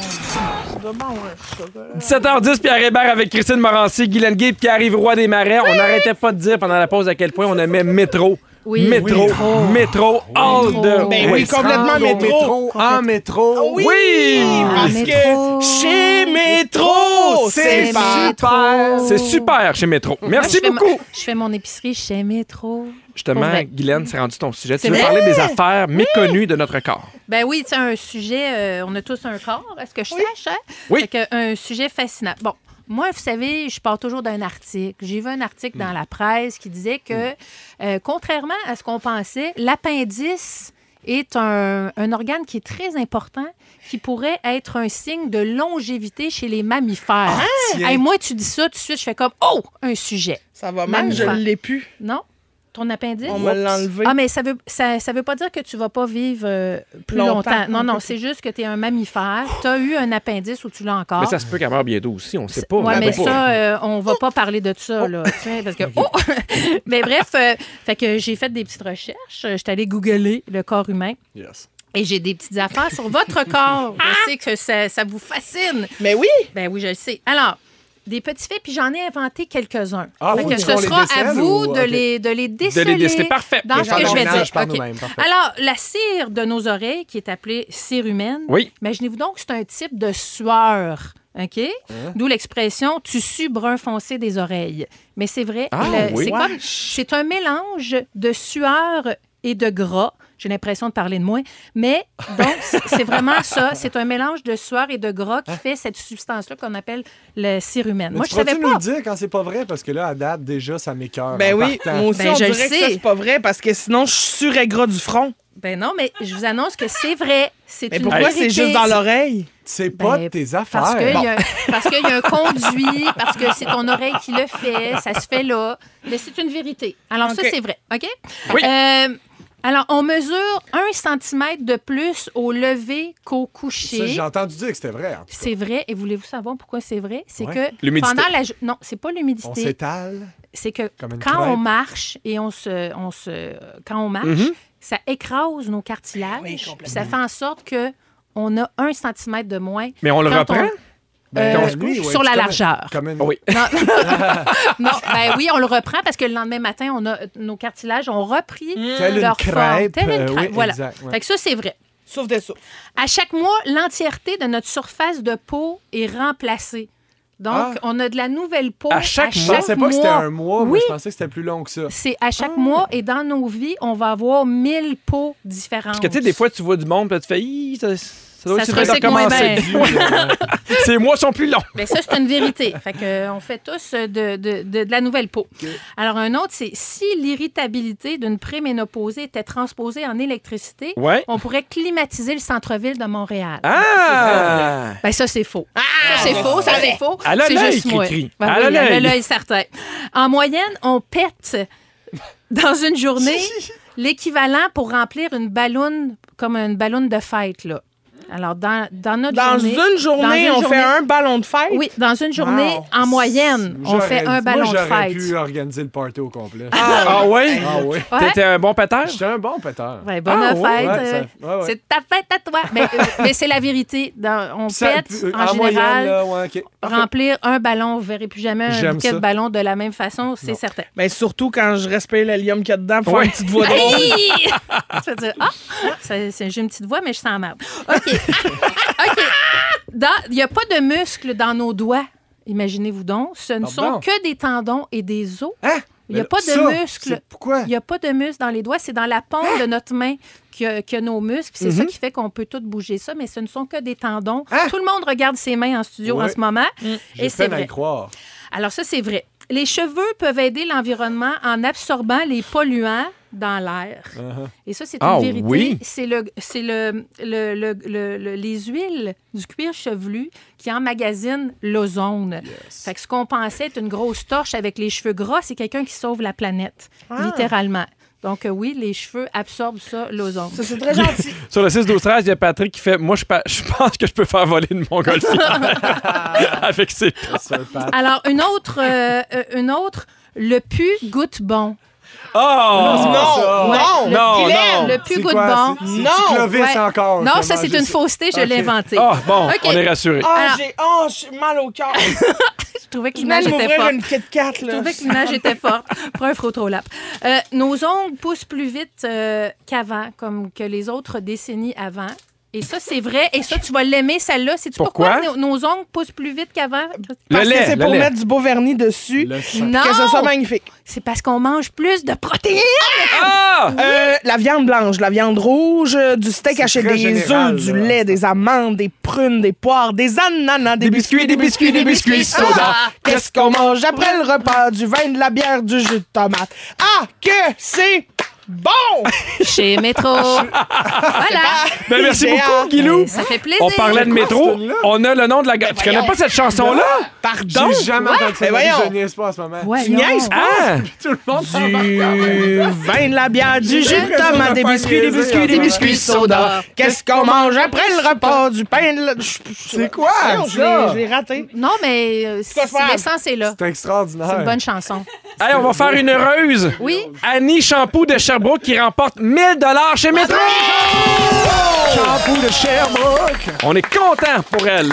B: 17h10, Pierre Hébert avec Christine Morancy, Guy Lenguet, Pierre-Yves Roy des Marais. On n'arrêtait pas de dire pendant la pause à quel point on aimait Métro.
C: Oui.
B: Métro, métro, all
D: Ben
B: the way.
D: oui, complètement métro.
A: En
C: Ah
A: métro.
D: Oui,
B: Oui.
D: parce
C: métro.
D: que chez Métro, c'est
C: C'est
D: pas...
C: Métro.
B: C'est super chez Métro. Merci
C: Moi, je fais
B: beaucoup.
C: mon- Je fais mon épicerie chez Métro. Pour
B: Justement,
C: vrai.
B: Guylaine, c'est rendu ton sujet. Tu
C: C'est
B: veux
C: vrai?
B: parler des affaires méconnues de notre corps.
C: Ben oui, c'est un sujet, euh, on a tous un corps, est-ce que je sache? hein?
B: Oui.
C: Fait que, un sujet fascinant. Bon, moi, vous savez, je pars toujours d'un article. J'ai vu un article dans la presse qui disait que, euh, contrairement à ce qu'on pensait, l'appendice est un, un organe qui est très important, qui pourrait être un signe de longévité chez les mammifères. Hein? Hey, moi, tu dis ça tout de suite, je fais comme, oh, un sujet.
D: Ça va mal, hein? je
C: Mammifère.
D: l'ai plus.
C: Non? Ton appendice?
D: On me l'a enlevé.
C: Ah, mais ça veut, ça, ça veut pas dire que tu vas pas vivre euh, plus
D: Longtemps.
C: longtemps. Non, non, c'est juste que tu es un mammifère. Tu as eu un appendice ou tu l'as encore.
B: Mais ça se peut qu'elle meure bientôt aussi, on sait pas.
C: Ah. Ouais,
B: on
C: mais
B: sait pas.
C: ça, euh, on va pas parler de ça, là. tu sais, parce que. Oh! mais bref, euh, fait que j'ai fait des petites recherches. Euh, J'étais allée googler le corps humain.
A: Yes.
C: Et j'ai des petites affaires sur votre corps. Je sais que ça, ça vous fascine.
D: Mais oui,
C: Ben oui, je le sais. Alors, des petits faits, puis j'en ai inventé quelques-uns.
A: Ah,
C: Fait
A: faut
C: que
A: que
C: ce
A: on les
C: sera à
A: décèle
C: vous
A: ou-
C: de,
A: ok.
C: les, de les déceler.
B: déceler, parfait.
C: Dans
B: De
C: ce
B: faire
C: que
B: le
C: je vais
A: ménage
C: dire.
A: par
C: Ok.
A: nous-mêmes, parfait.
C: Alors, la cire de nos oreilles, qui est appelée cire humaine,
B: Oui.
C: imaginez-vous donc, c'est un type de sueur. OK?
A: Hein?
C: D'où l'expression tu sues brun foncé des oreilles. Mais c'est vrai,
B: Ah,
C: le-
B: oui.
C: c'est comme- c'est un mélange de sueur et de gras. J'ai l'impression de parler de moi. Mais donc, c'est c'est vraiment ça. C'est un mélange de sueur et de gras qui fait cette substance-là qu'on appelle le cire humaine.
A: Hein? Mais
C: Moi,
A: tu
C: je savais
A: pourrais-tu nous
C: pas.
A: le dire quand c'est pas vrai? Parce que là, à date, déjà, ça m'écœure.
D: ben
A: en
D: oui,
A: partant.
D: moi aussi,
C: Ben,
D: on
C: je le
D: dirait que ça,
C: sais.
D: c'est pas vrai, parce que sinon, je suis sûre et gras du front.
C: Ben non, mais je vous annonce que c'est vrai. C'est
D: Mais
C: une
D: pourquoi c'est
C: vérité.
D: juste dans l'oreille?
A: C'est
C: Ben,
A: pas de tes affaires.
C: Parce qu'il
A: Bon.
C: y, a- parce qu'il y a un conduit, parce que c'est ton oreille qui le fait, ça se fait là. Mais c'est une vérité. Alors,
D: OK.
C: ça, c'est vrai. OK?
B: Oui.
C: Euh, alors, on mesure un centimètre de plus au lever qu'au
A: Ça,
C: coucher.
A: J'ai entendu dire que c'était vrai. hein. en tout cas.
C: C'est vrai. Et voulez-vous savoir pourquoi c'est vrai? C'est
A: Ouais.
C: que
B: L'humidité.
C: pendant la... jo- Non, c'est Euh, pas
A: On
C: l'humidité.
A: s'étale.
C: C'est que
A: Comme
C: quand
A: une
C: on
A: crêpe.
C: marche et on se... On se quand on marche,
A: Mm-hmm.
C: ça écrase nos cartilages. puis ça fait en sorte que on a un centimètre de moins.
B: Mais on le
C: quand
B: reprend?
C: Euh,
A: quand on se couche, Ben, ouais,
C: sur la
A: tu- comme-
C: largeur.
A: Comme une...
B: Ah oui.
C: Non, ben oui, on le reprend parce que le lendemain matin, on a, nos cartilages ont repris
A: Telle une
C: leur forme.
A: crêpe.
C: Telle une
A: euh,
C: crêpe,
A: oui,
C: voilà.
A: exact, ouais.
C: Fait que ça, c'est vrai.
D: Sauf de ça.
C: À chaque mois, l'entièreté de notre surface de peau est remplacée. Donc,
A: Ah.
C: on a de la nouvelle peau
B: À chaque
A: Je
B: mois.
A: pensais pas que c'était un mois, Ah. moi
C: Oui.
A: je pensais que c'était plus long que ça.
C: C'est à chaque mois et dans nos vies, on va avoir 1000 peaux différentes.
B: Parce que tu sais, des fois, tu vois du monde, puis là, tu fais, Hi, ça, ça doit
C: Ça
B: être
C: se recycle moins bien.
B: recommencer. Ces mois sont plus longs.
C: Mais Ben, ça, c'est une vérité. Fait que, euh, on fait tous euh, de, de- de- de la nouvelle peau. Alors, un autre, c'est si l'irritabilité d'une préménopausée était transposée en électricité,
B: Ouais.
C: on pourrait climatiser le centre-ville de Montréal.
B: Ah!
C: Ben ça, c'est faux. ça, c'est faux, ça, c'est faux.
B: Elle a
C: C'est
B: l'œil,
C: juste moi.
B: Cricri.
C: Ben
B: Elle a
C: oui, elle a
B: l'œil.
C: l'œil certain. En moyenne, on pète dans une journée l'équivalent pour remplir une ballonne comme une ballonne de fête, là. Alors, dans, dans notre
D: Dans
C: journée...
D: une journée,
C: dans
D: on
C: une
D: fait
C: journée-
D: un ballon de fête?
C: Oui, dans une journée,
D: Wow.
C: en moyenne, on
A: J'aurais-
C: fait un
A: moi,
C: ballon de
A: J'aurais
C: fête.
A: pu hein. organiser le party au complet.
B: Ah ouais?
A: Ah oui.
C: Ouais.
B: T'étais un bon pétard?
A: J'étais un bon péteur.
C: Ouais, bonne
B: Ah,
C: fête.
B: ouais,
A: ouais,
C: euh,
A: ça- ouais, ouais.
C: C'est ta fête à toi. Mais, euh, mais c'est la vérité. Dans- on
A: Ça
C: pète,
A: pue-
C: en, général,
A: moyenne, là, ouais, ok.
C: remplir un ballon. Vous verrez plus jamais un
A: J'aime
C: bouquet
A: ça.
C: de ballons de la même façon, c'est certain.
D: Mais Ben, surtout quand je respire l'hélium qu'il y a dedans pour faire
B: Ouais.
D: une petite voix drôle.
C: Hey! Tu vas dire, ah, ça- c'est- j'ai une petite voix, mais je sens mal. OK. OK. Dans- Il n'y a pas de muscles dans nos doigts, imaginez-vous donc. Ce ne
A: Pardon?
C: sont que des tendons et des os.
A: Hein?
C: Il n'y a
A: Mais
C: pas de
A: ça,
C: muscles.
A: c'est- Pourquoi?
C: Il n'y a pas de muscles dans les doigts, c'est dans la paume de notre main que, que nos muscles. C'est
A: Mhm.
C: ça qui fait qu'on peut tout bouger ça, mais ce ne sont que des tendons.
A: Ah!
C: Tout le monde regarde ses mains en studio
A: Ouais. Mm.
C: en ce moment.
A: J'ai
C: Et c'est
A: peine à
C: vrai.
A: y croire.
C: Alors ça, c'est vrai. Les cheveux peuvent aider l'environnement en absorbant les polluants dans l'air. Et ça, c'est
B: Ah,
C: une vérité.
B: oui?
C: C'est le, c'est le, le- le- le- le- les huiles du cuir chevelu qui emmagasinent l'ozone. Fait que ce qu'on pensait être une grosse torche avec les cheveux gras, c'est quelqu'un qui sauve la planète, littéralement. Donc euh, oui, les cheveux absorbent ça, l'ozone.
D: Ça, c'est très gentil.
B: Sur le 6 12 13 il y a Patrick qui fait Moi, je, pa- je pense que je peux faire voler une montgolfière. Avec ses.
A: C'est un pat-
C: Alors une autre, euh, euh, une autre, le pu goûte bon.
B: Oh!
D: non,
C: Ouais.
D: non,
C: Le
B: non,
C: pilet,
B: non.
C: le pu
A: C'est
C: goûte
A: quoi?
C: bon.
A: C'est- c'est-tu
D: Non,
A: Clovis
C: ouais.
A: encore.
C: Non,
A: Comment
C: ça, c'est
A: je
C: une
A: sais? Ah.
C: fausseté, je l'ai inventée.
B: Ah, bon,
C: OK.
B: on est rassuré.
D: Ah,
C: Alors-
D: j'ai oh, j'ai mal au cœur.
C: trouvais que
D: Je viens
C: l'image
D: de
C: était
D: m'ouvrir
C: forte.
D: une Kit Kat,
C: Je
D: là.
C: trouvais que l'image était forte. Pour un frotto lap. Euh, nos ongles poussent plus vite euh, qu'avant, comme que les autres décennies avant. Et ça, c'est vrai. Et ça, tu vas l'aimer, celle-là. C'est-tu pourquoi,
B: Pourquoi?
C: nos, nos ongles poussent plus vite qu'avant?
D: Parce
B: lait,
D: que c'est
B: le
D: pour
B: lait.
D: mettre du beau vernis dessus.
C: Non!
D: Que ce soit magnifique.
C: C'est parce qu'on mange plus de protéines!
B: Ah!
D: Euh, la viande blanche, la viande rouge, euh, du steak haché,
A: très
D: des
A: général,
D: œufs, du
A: là.
D: lait, des amandes, des prunes, des poires, des ananas, des, biscuits, des biscuits, des biscuits, soda. Qu'est-ce qu'on mange après le repas? Du vin, de la bière, du jus de tomate. Ah, que c'est bon!
C: Chez Métro. voilà.
B: Ben, merci beaucoup, Guilou.
C: Euh, Ça fait plaisir.
B: On parlait de métro.
A: tune-là?
B: On a le nom de la
C: Ben,
B: gare. Tu connais pas cette chanson-là?
D: Pardon?
A: J'ai jamais entendu ça.
D: Mais
A: de ma vie,
D: voyons.
A: Je niaise pas en ce moment.
C: Voyons.
D: Tu niaises pas?
B: Ah!
A: Tout le monde s'en va.
D: Du vin, de la bière, du jus de tomate, des biscuits, des biscuits, des biscuits soda. Qu'est-ce qu'on mange après le repas? Du pain, de la...
A: C'est quoi,
D: Voyons, je l'ai-
A: ça?
D: Je l'ai raté.
C: Non, mais euh, c'est-
D: pas grave.
C: l'essence est là.
A: C'est extraordinaire.
C: C'est une bonne chanson.
B: Hey, on va faire une heureuse.
C: Oui.
B: Annie Shampoo de Sherbrooke qui remporte 1000 dollars chez Métro.
A: Shampoo de Sherbrooke!
B: On est content pour elle.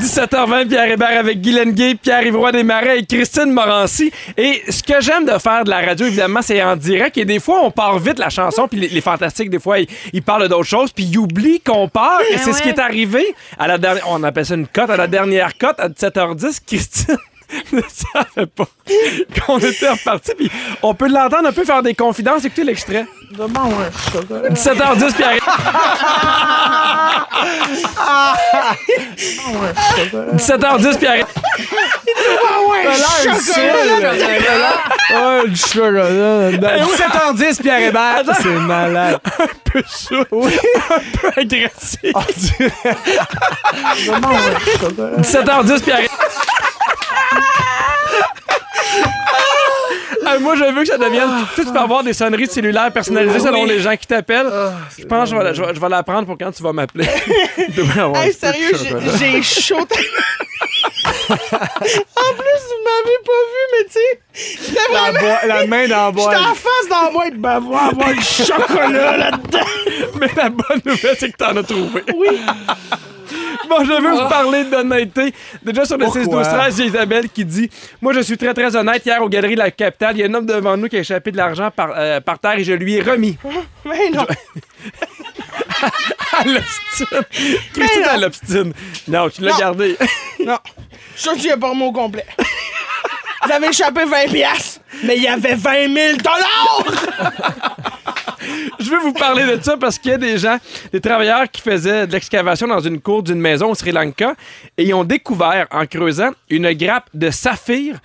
B: 17h20, Pierre Hébert avec Guylaine Gay, Pierre Ivroy Desmarais et Christine Morancy. Et ce que j'aime de faire de la radio, évidemment, c'est en direct. Et des fois, on part vite la chanson, puis les, les fantastiques, des fois, ils, ils parlent d'autres choses, puis ils oublient qu'on part. Et
C: Ben
B: c'est ce qui
C: ouais.
B: est arrivé à la dernière. On appelle ça une cote. À la dernière cote, à 17h10, Christine. ne savait pas qu'on était reparti. Puis on peut l'entendre un peu faire des confidences. Écoutez l'extrait. 17h10, Pierre. 17h10, Pierre.
A: Oh, du chocolat! 17h10, Pierre Hébert! C'est malade!
B: peu saoul, un peu agressif. 17h10, Pierre. Ah, moi, je veux que ça devienne. Tu sais, tu peux avoir des sonneries de cellulaire personnalisées selon les gens qui t'appellent. je pense que je vais, la- je vais- je vais la prendre pour quand tu vas m'appeler. Il devrait avoir un
D: Hey,
B: petit peu de
D: sérieux, j'ai-
B: chocolat.
D: j'ai chaud. tellement. en plus, vous m'avez pas vu, mais tu sais, j'étais
A: La,
D: vraiment.
A: boi- la main dans la boîte.
D: J'étais en face dans moi de bavard, avoir du chocolat là-dedans.
B: Mais la bonne nouvelle, c'est que t'en as trouvé. Oui. Bon, je veux vous parler d'honnêteté. Déjà sur le
A: Pourquoi?
B: 6 12 13 j'ai Isabelle qui dit Moi, je suis très, très honnête. Hier, aux Galeries de la Capitale, il y a un homme devant nous qui a échappé de l'argent par, euh, par terre et je lui ai remis.
D: Mais non,
B: À l'obstine. Christine
D: non.
B: à l'obstine. Non, tu l'as
D: Non.
B: gardé.
D: non. Je suis sûr qu'il y a pas mot complet. Vous avez échappé 20 piastres, mais il y avait 20 000 dollars!
B: Je veux vous parler de ça parce qu'il y a des gens, des travailleurs qui faisaient de l'excavation dans une cour d'une maison au Sri Lanka et ils ont découvert, en creusant, une grappe de saphir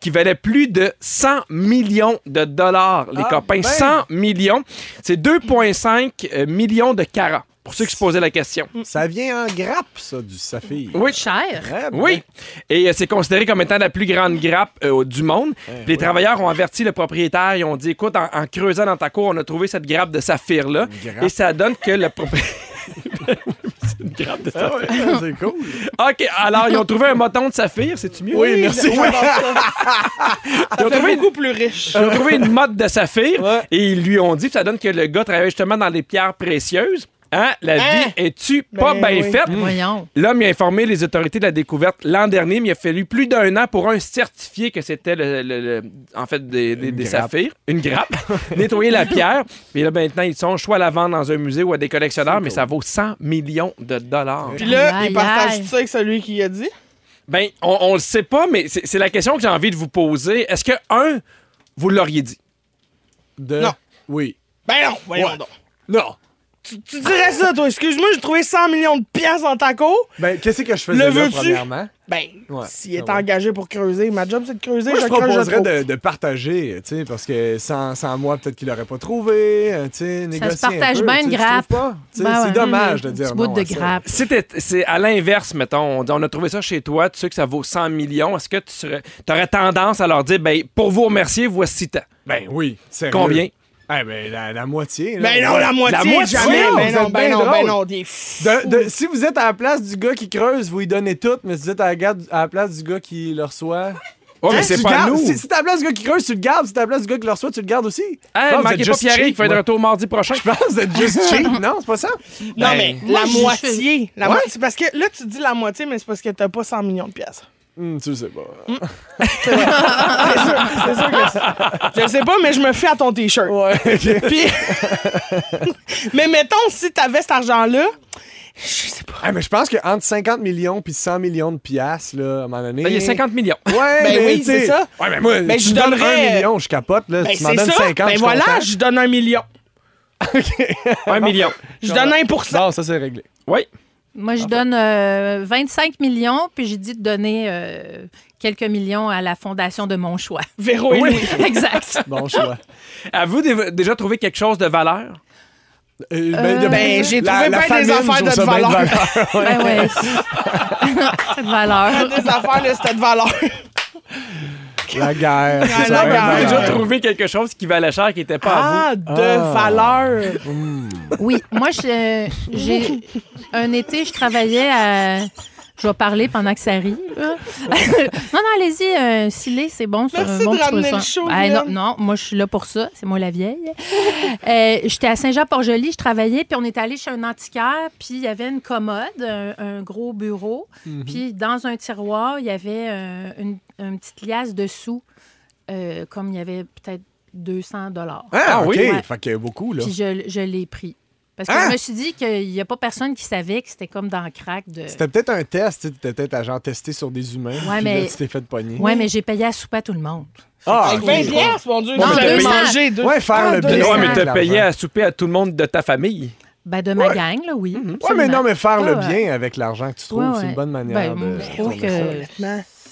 B: qui valait plus de 100 millions de dollars, les copains. 100 millions. C'est 2,5 euh, millions de carats, pour ceux qui se posaient la question.
A: Ça vient en grappe, ça, du saphir.
B: Oui.
C: Cher.
A: Hein, ben,
B: Oui, et euh, c'est considéré comme étant la plus grande grappe euh, du monde. Puis les travailleurs ont averti le propriétaire, ils ont dit, écoute, en, en creusant dans ta cour, on a trouvé cette grappe de saphir-là.
A: grappe.
B: Et ça donne que le propriétaire... c'est une grappe de saphir.
A: C'est cool.
B: OK, alors ils ont trouvé un moton de saphir, c'est-tu mieux?
A: Oui, merci.
B: Ils ont trouvé une-
D: beaucoup plus riche.
B: ils ont trouvé une motte de saphir et ils lui ont dit, ça donne que le gars travaillait justement dans les pierres précieuses. Hein? La vie est-tu pas
D: Ben
B: bien
D: oui.
B: faite?
C: Voyons.
B: L'homme y a informé les autorités de la découverte l'an dernier, mais il a fallu plus d'un an pour un certifier que c'était le, le- le- en fait des, des- des
A: grappe.
B: saphirs, une grappe, nettoyer la pierre. Mais là maintenant ils sont soit à la vendre dans un musée ou à des collectionneurs, mais ça vaut 100 millions de dollars.
D: Puis là,
C: Aïe,
D: il partage
C: aïe.
D: ça avec celui qui a dit.
B: Ben on, on le sait pas, mais c'est c'est la question que j'ai envie de vous poser. Est-ce que un vous l'auriez dit
A: De...
D: Non.
A: Oui.
D: Ben non, voyons
A: Ouais.
D: donc.
A: Non.
D: Tu, tu dirais ça, toi. Excuse-moi, j'ai trouvé 100 millions de piastres en taco.
A: Ben, qu'est-ce que je faisais
D: Le
A: là,
D: veux-tu?
A: premièrement?
D: Ben,
A: Ouais.
D: s'il est
A: Ah ouais.
D: engagé pour creuser, ma job, c'est de creuser.
A: Moi, je
D: creuse,
A: proposerais
D: trouve.
A: de, de partager, tu sais, parce que sans, sans moi, peut-être qu'il l'aurait pas trouvé, euh, tu sais, négocier un
C: partage
A: peu,
C: bien
A: tu
C: une
A: sais, tu trouves
C: grappe.
A: pas? Tu sais,
C: Ben
A: c'est
C: ouais.
A: dommage de
C: Petit
A: dire
C: bout
A: non
C: de
A: à ça.
C: grappe.
B: C'était- C'est à l'inverse, mettons. On, on a trouvé ça chez toi, tu sais que ça vaut 100 millions. Est-ce que tu serais, aurais tendance à leur dire, ben, pour vous remercier, voici tant.
A: Ben oui, sérieux.
B: Combien?
A: Eh ben, la, la moitié. là.
D: Ben non, la moitié,
B: moitié,
D: jamais.
A: vous
D: Ben non,
A: êtes
D: ben
A: bien
D: non,
A: drôle.
D: ben non, des fous.
A: De- de- si vous êtes à la place du gars qui creuse, vous lui donnez tout, mais si vous êtes à la, garde- à la place du gars qui le reçoit.
B: Oh, mais
A: Hein,
B: c'est
A: tu
B: pas
A: gardes-
B: nous.
A: Si, si t'es à la place du gars qui creuse, tu le gardes. Si t'es à la place du gars qui le reçoit, tu le gardes aussi.
B: Hey,
A: Non, vous êtes
B: manquez pas
A: juste
B: Pierre qui
A: cheap,
B: fait de
A: moi.
B: retour mardi prochain.
A: Je pense que vous êtes juste cheap. Non, c'est pas ça?
D: Non, mais
A: Ben,
C: moi,
D: la
C: je-
D: moitié. La
A: Ouais.
D: moitié. Parce que là, tu dis la moitié, mais c'est parce que t'as pas 100 millions de pièces.
A: Hum, tu le sais pas. Ah.
D: C'est sûr que c'est- Je sais pas, mais je me fais à ton t-shirt.
A: Ouais, ok.
D: Puis. mais mettons, si t'avais cet argent-là,
A: Ben,
D: je sais pas.
A: Ah, mais je pense qu'entre 50 millions puis 100 millions de piastres, là, à un moment donné.
B: Il y a 50 millions.
A: Ouais,
D: Ben
A: mais
D: oui,
A: tu sais-
D: c'est ça.
A: Ouais, mais moi,
D: Ben,
A: tu
D: je
A: me donnes
D: donnerais-
A: 1 million, je capote, là.
D: Ben,
A: tu m'en
D: c'est
A: donnes
D: ça.
A: 50,
D: ben
A: je suis
D: voilà,
A: content.
D: je donne un million.
B: Un million.
D: Je donne 1
A: Non, ça, c'est réglé.
B: Oui.
C: Moi, je donne euh, 25 millions, puis j'ai dit de donner euh, quelques millions à la fondation de mon choix.
D: Véro et Louis.
C: exact.
A: Bon choix.
B: Avez-vous dé- déjà trouvé quelque chose de valeur?
A: Euh, ben, y a-
D: ben, j'ai
A: la-
D: trouvé
A: la
D: bien des
A: famine,
D: affaires
A: je trouve
D: de
A: ça bien
D: valeur.
C: Ben ouais. Cette valeur.
D: Des affaires, là, c'était de valeur.
A: La guerre.
D: Ah,
A: ça,
D: la
A: ben,
D: guerre.
A: ben,
B: Avez-vous
D: Ouais.
B: déjà trouvé quelque chose qui valait cher qui n'était pas à
D: Ah, de valeur.
C: Oui, moi, je- j'ai un été, je travaillais à. Je vais parler pendant que ça rit. là. non, non, allez-y, un filet, c'est bon. c'est
D: Merci
C: un bon
D: de
C: petit
D: ramener
C: poisson.
D: le show,
C: Ah, non,
D: Guylaine.
C: non, moi, je suis là pour ça. C'est moi la vieille. Euh, J'étais à Saint-Jean-Port-Joli, je travaillais, puis on est allé chez un antiquaire, puis il y avait une commode, un, un gros bureau,
A: Mhm.
C: puis dans un tiroir, il y avait euh, une, une petite liasse dessous, euh, comme il y avait peut-être 200 dollars.
A: Ah,
B: Ah,
A: oui.
B: oui.
C: Ouais.
A: Fait qu'il y a beaucoup, là.
C: Puis je, je l'ai pris. Parce que
A: Hein?
C: je me suis dit qu'il n'y a pas personne qui savait que c'était comme dans le crack de.
A: C'était peut-être un test, tu sais, t'étais peut-être à genre tester sur des humains. puis là,
C: mais-
A: tu t'es fait de pogner.
C: Ouais, mais j'ai payé à souper à tout le monde.
A: Ah,
D: Avec 20
A: ouais,
D: piastres, mon Dieu.
C: Non,
D: Tu devais
C: deux cents.
D: manger deux.
A: Ouais, faire le
D: deux
A: bien.
D: cents.
B: vous?
C: Ouais,
B: mais
A: mais
B: te
A: l'argent.
B: payer à souper à tout le monde de ta famille.
C: Ben, de ma gang, là, oui.
A: mais
C: absolument.
A: non, mais faire le
C: Ouais, ouais.
A: bien avec l'argent que tu trouves,
C: Ouais,
A: c'est une
C: ouais.
A: bonne manière
C: Ben,
A: de.
C: Je trouve que.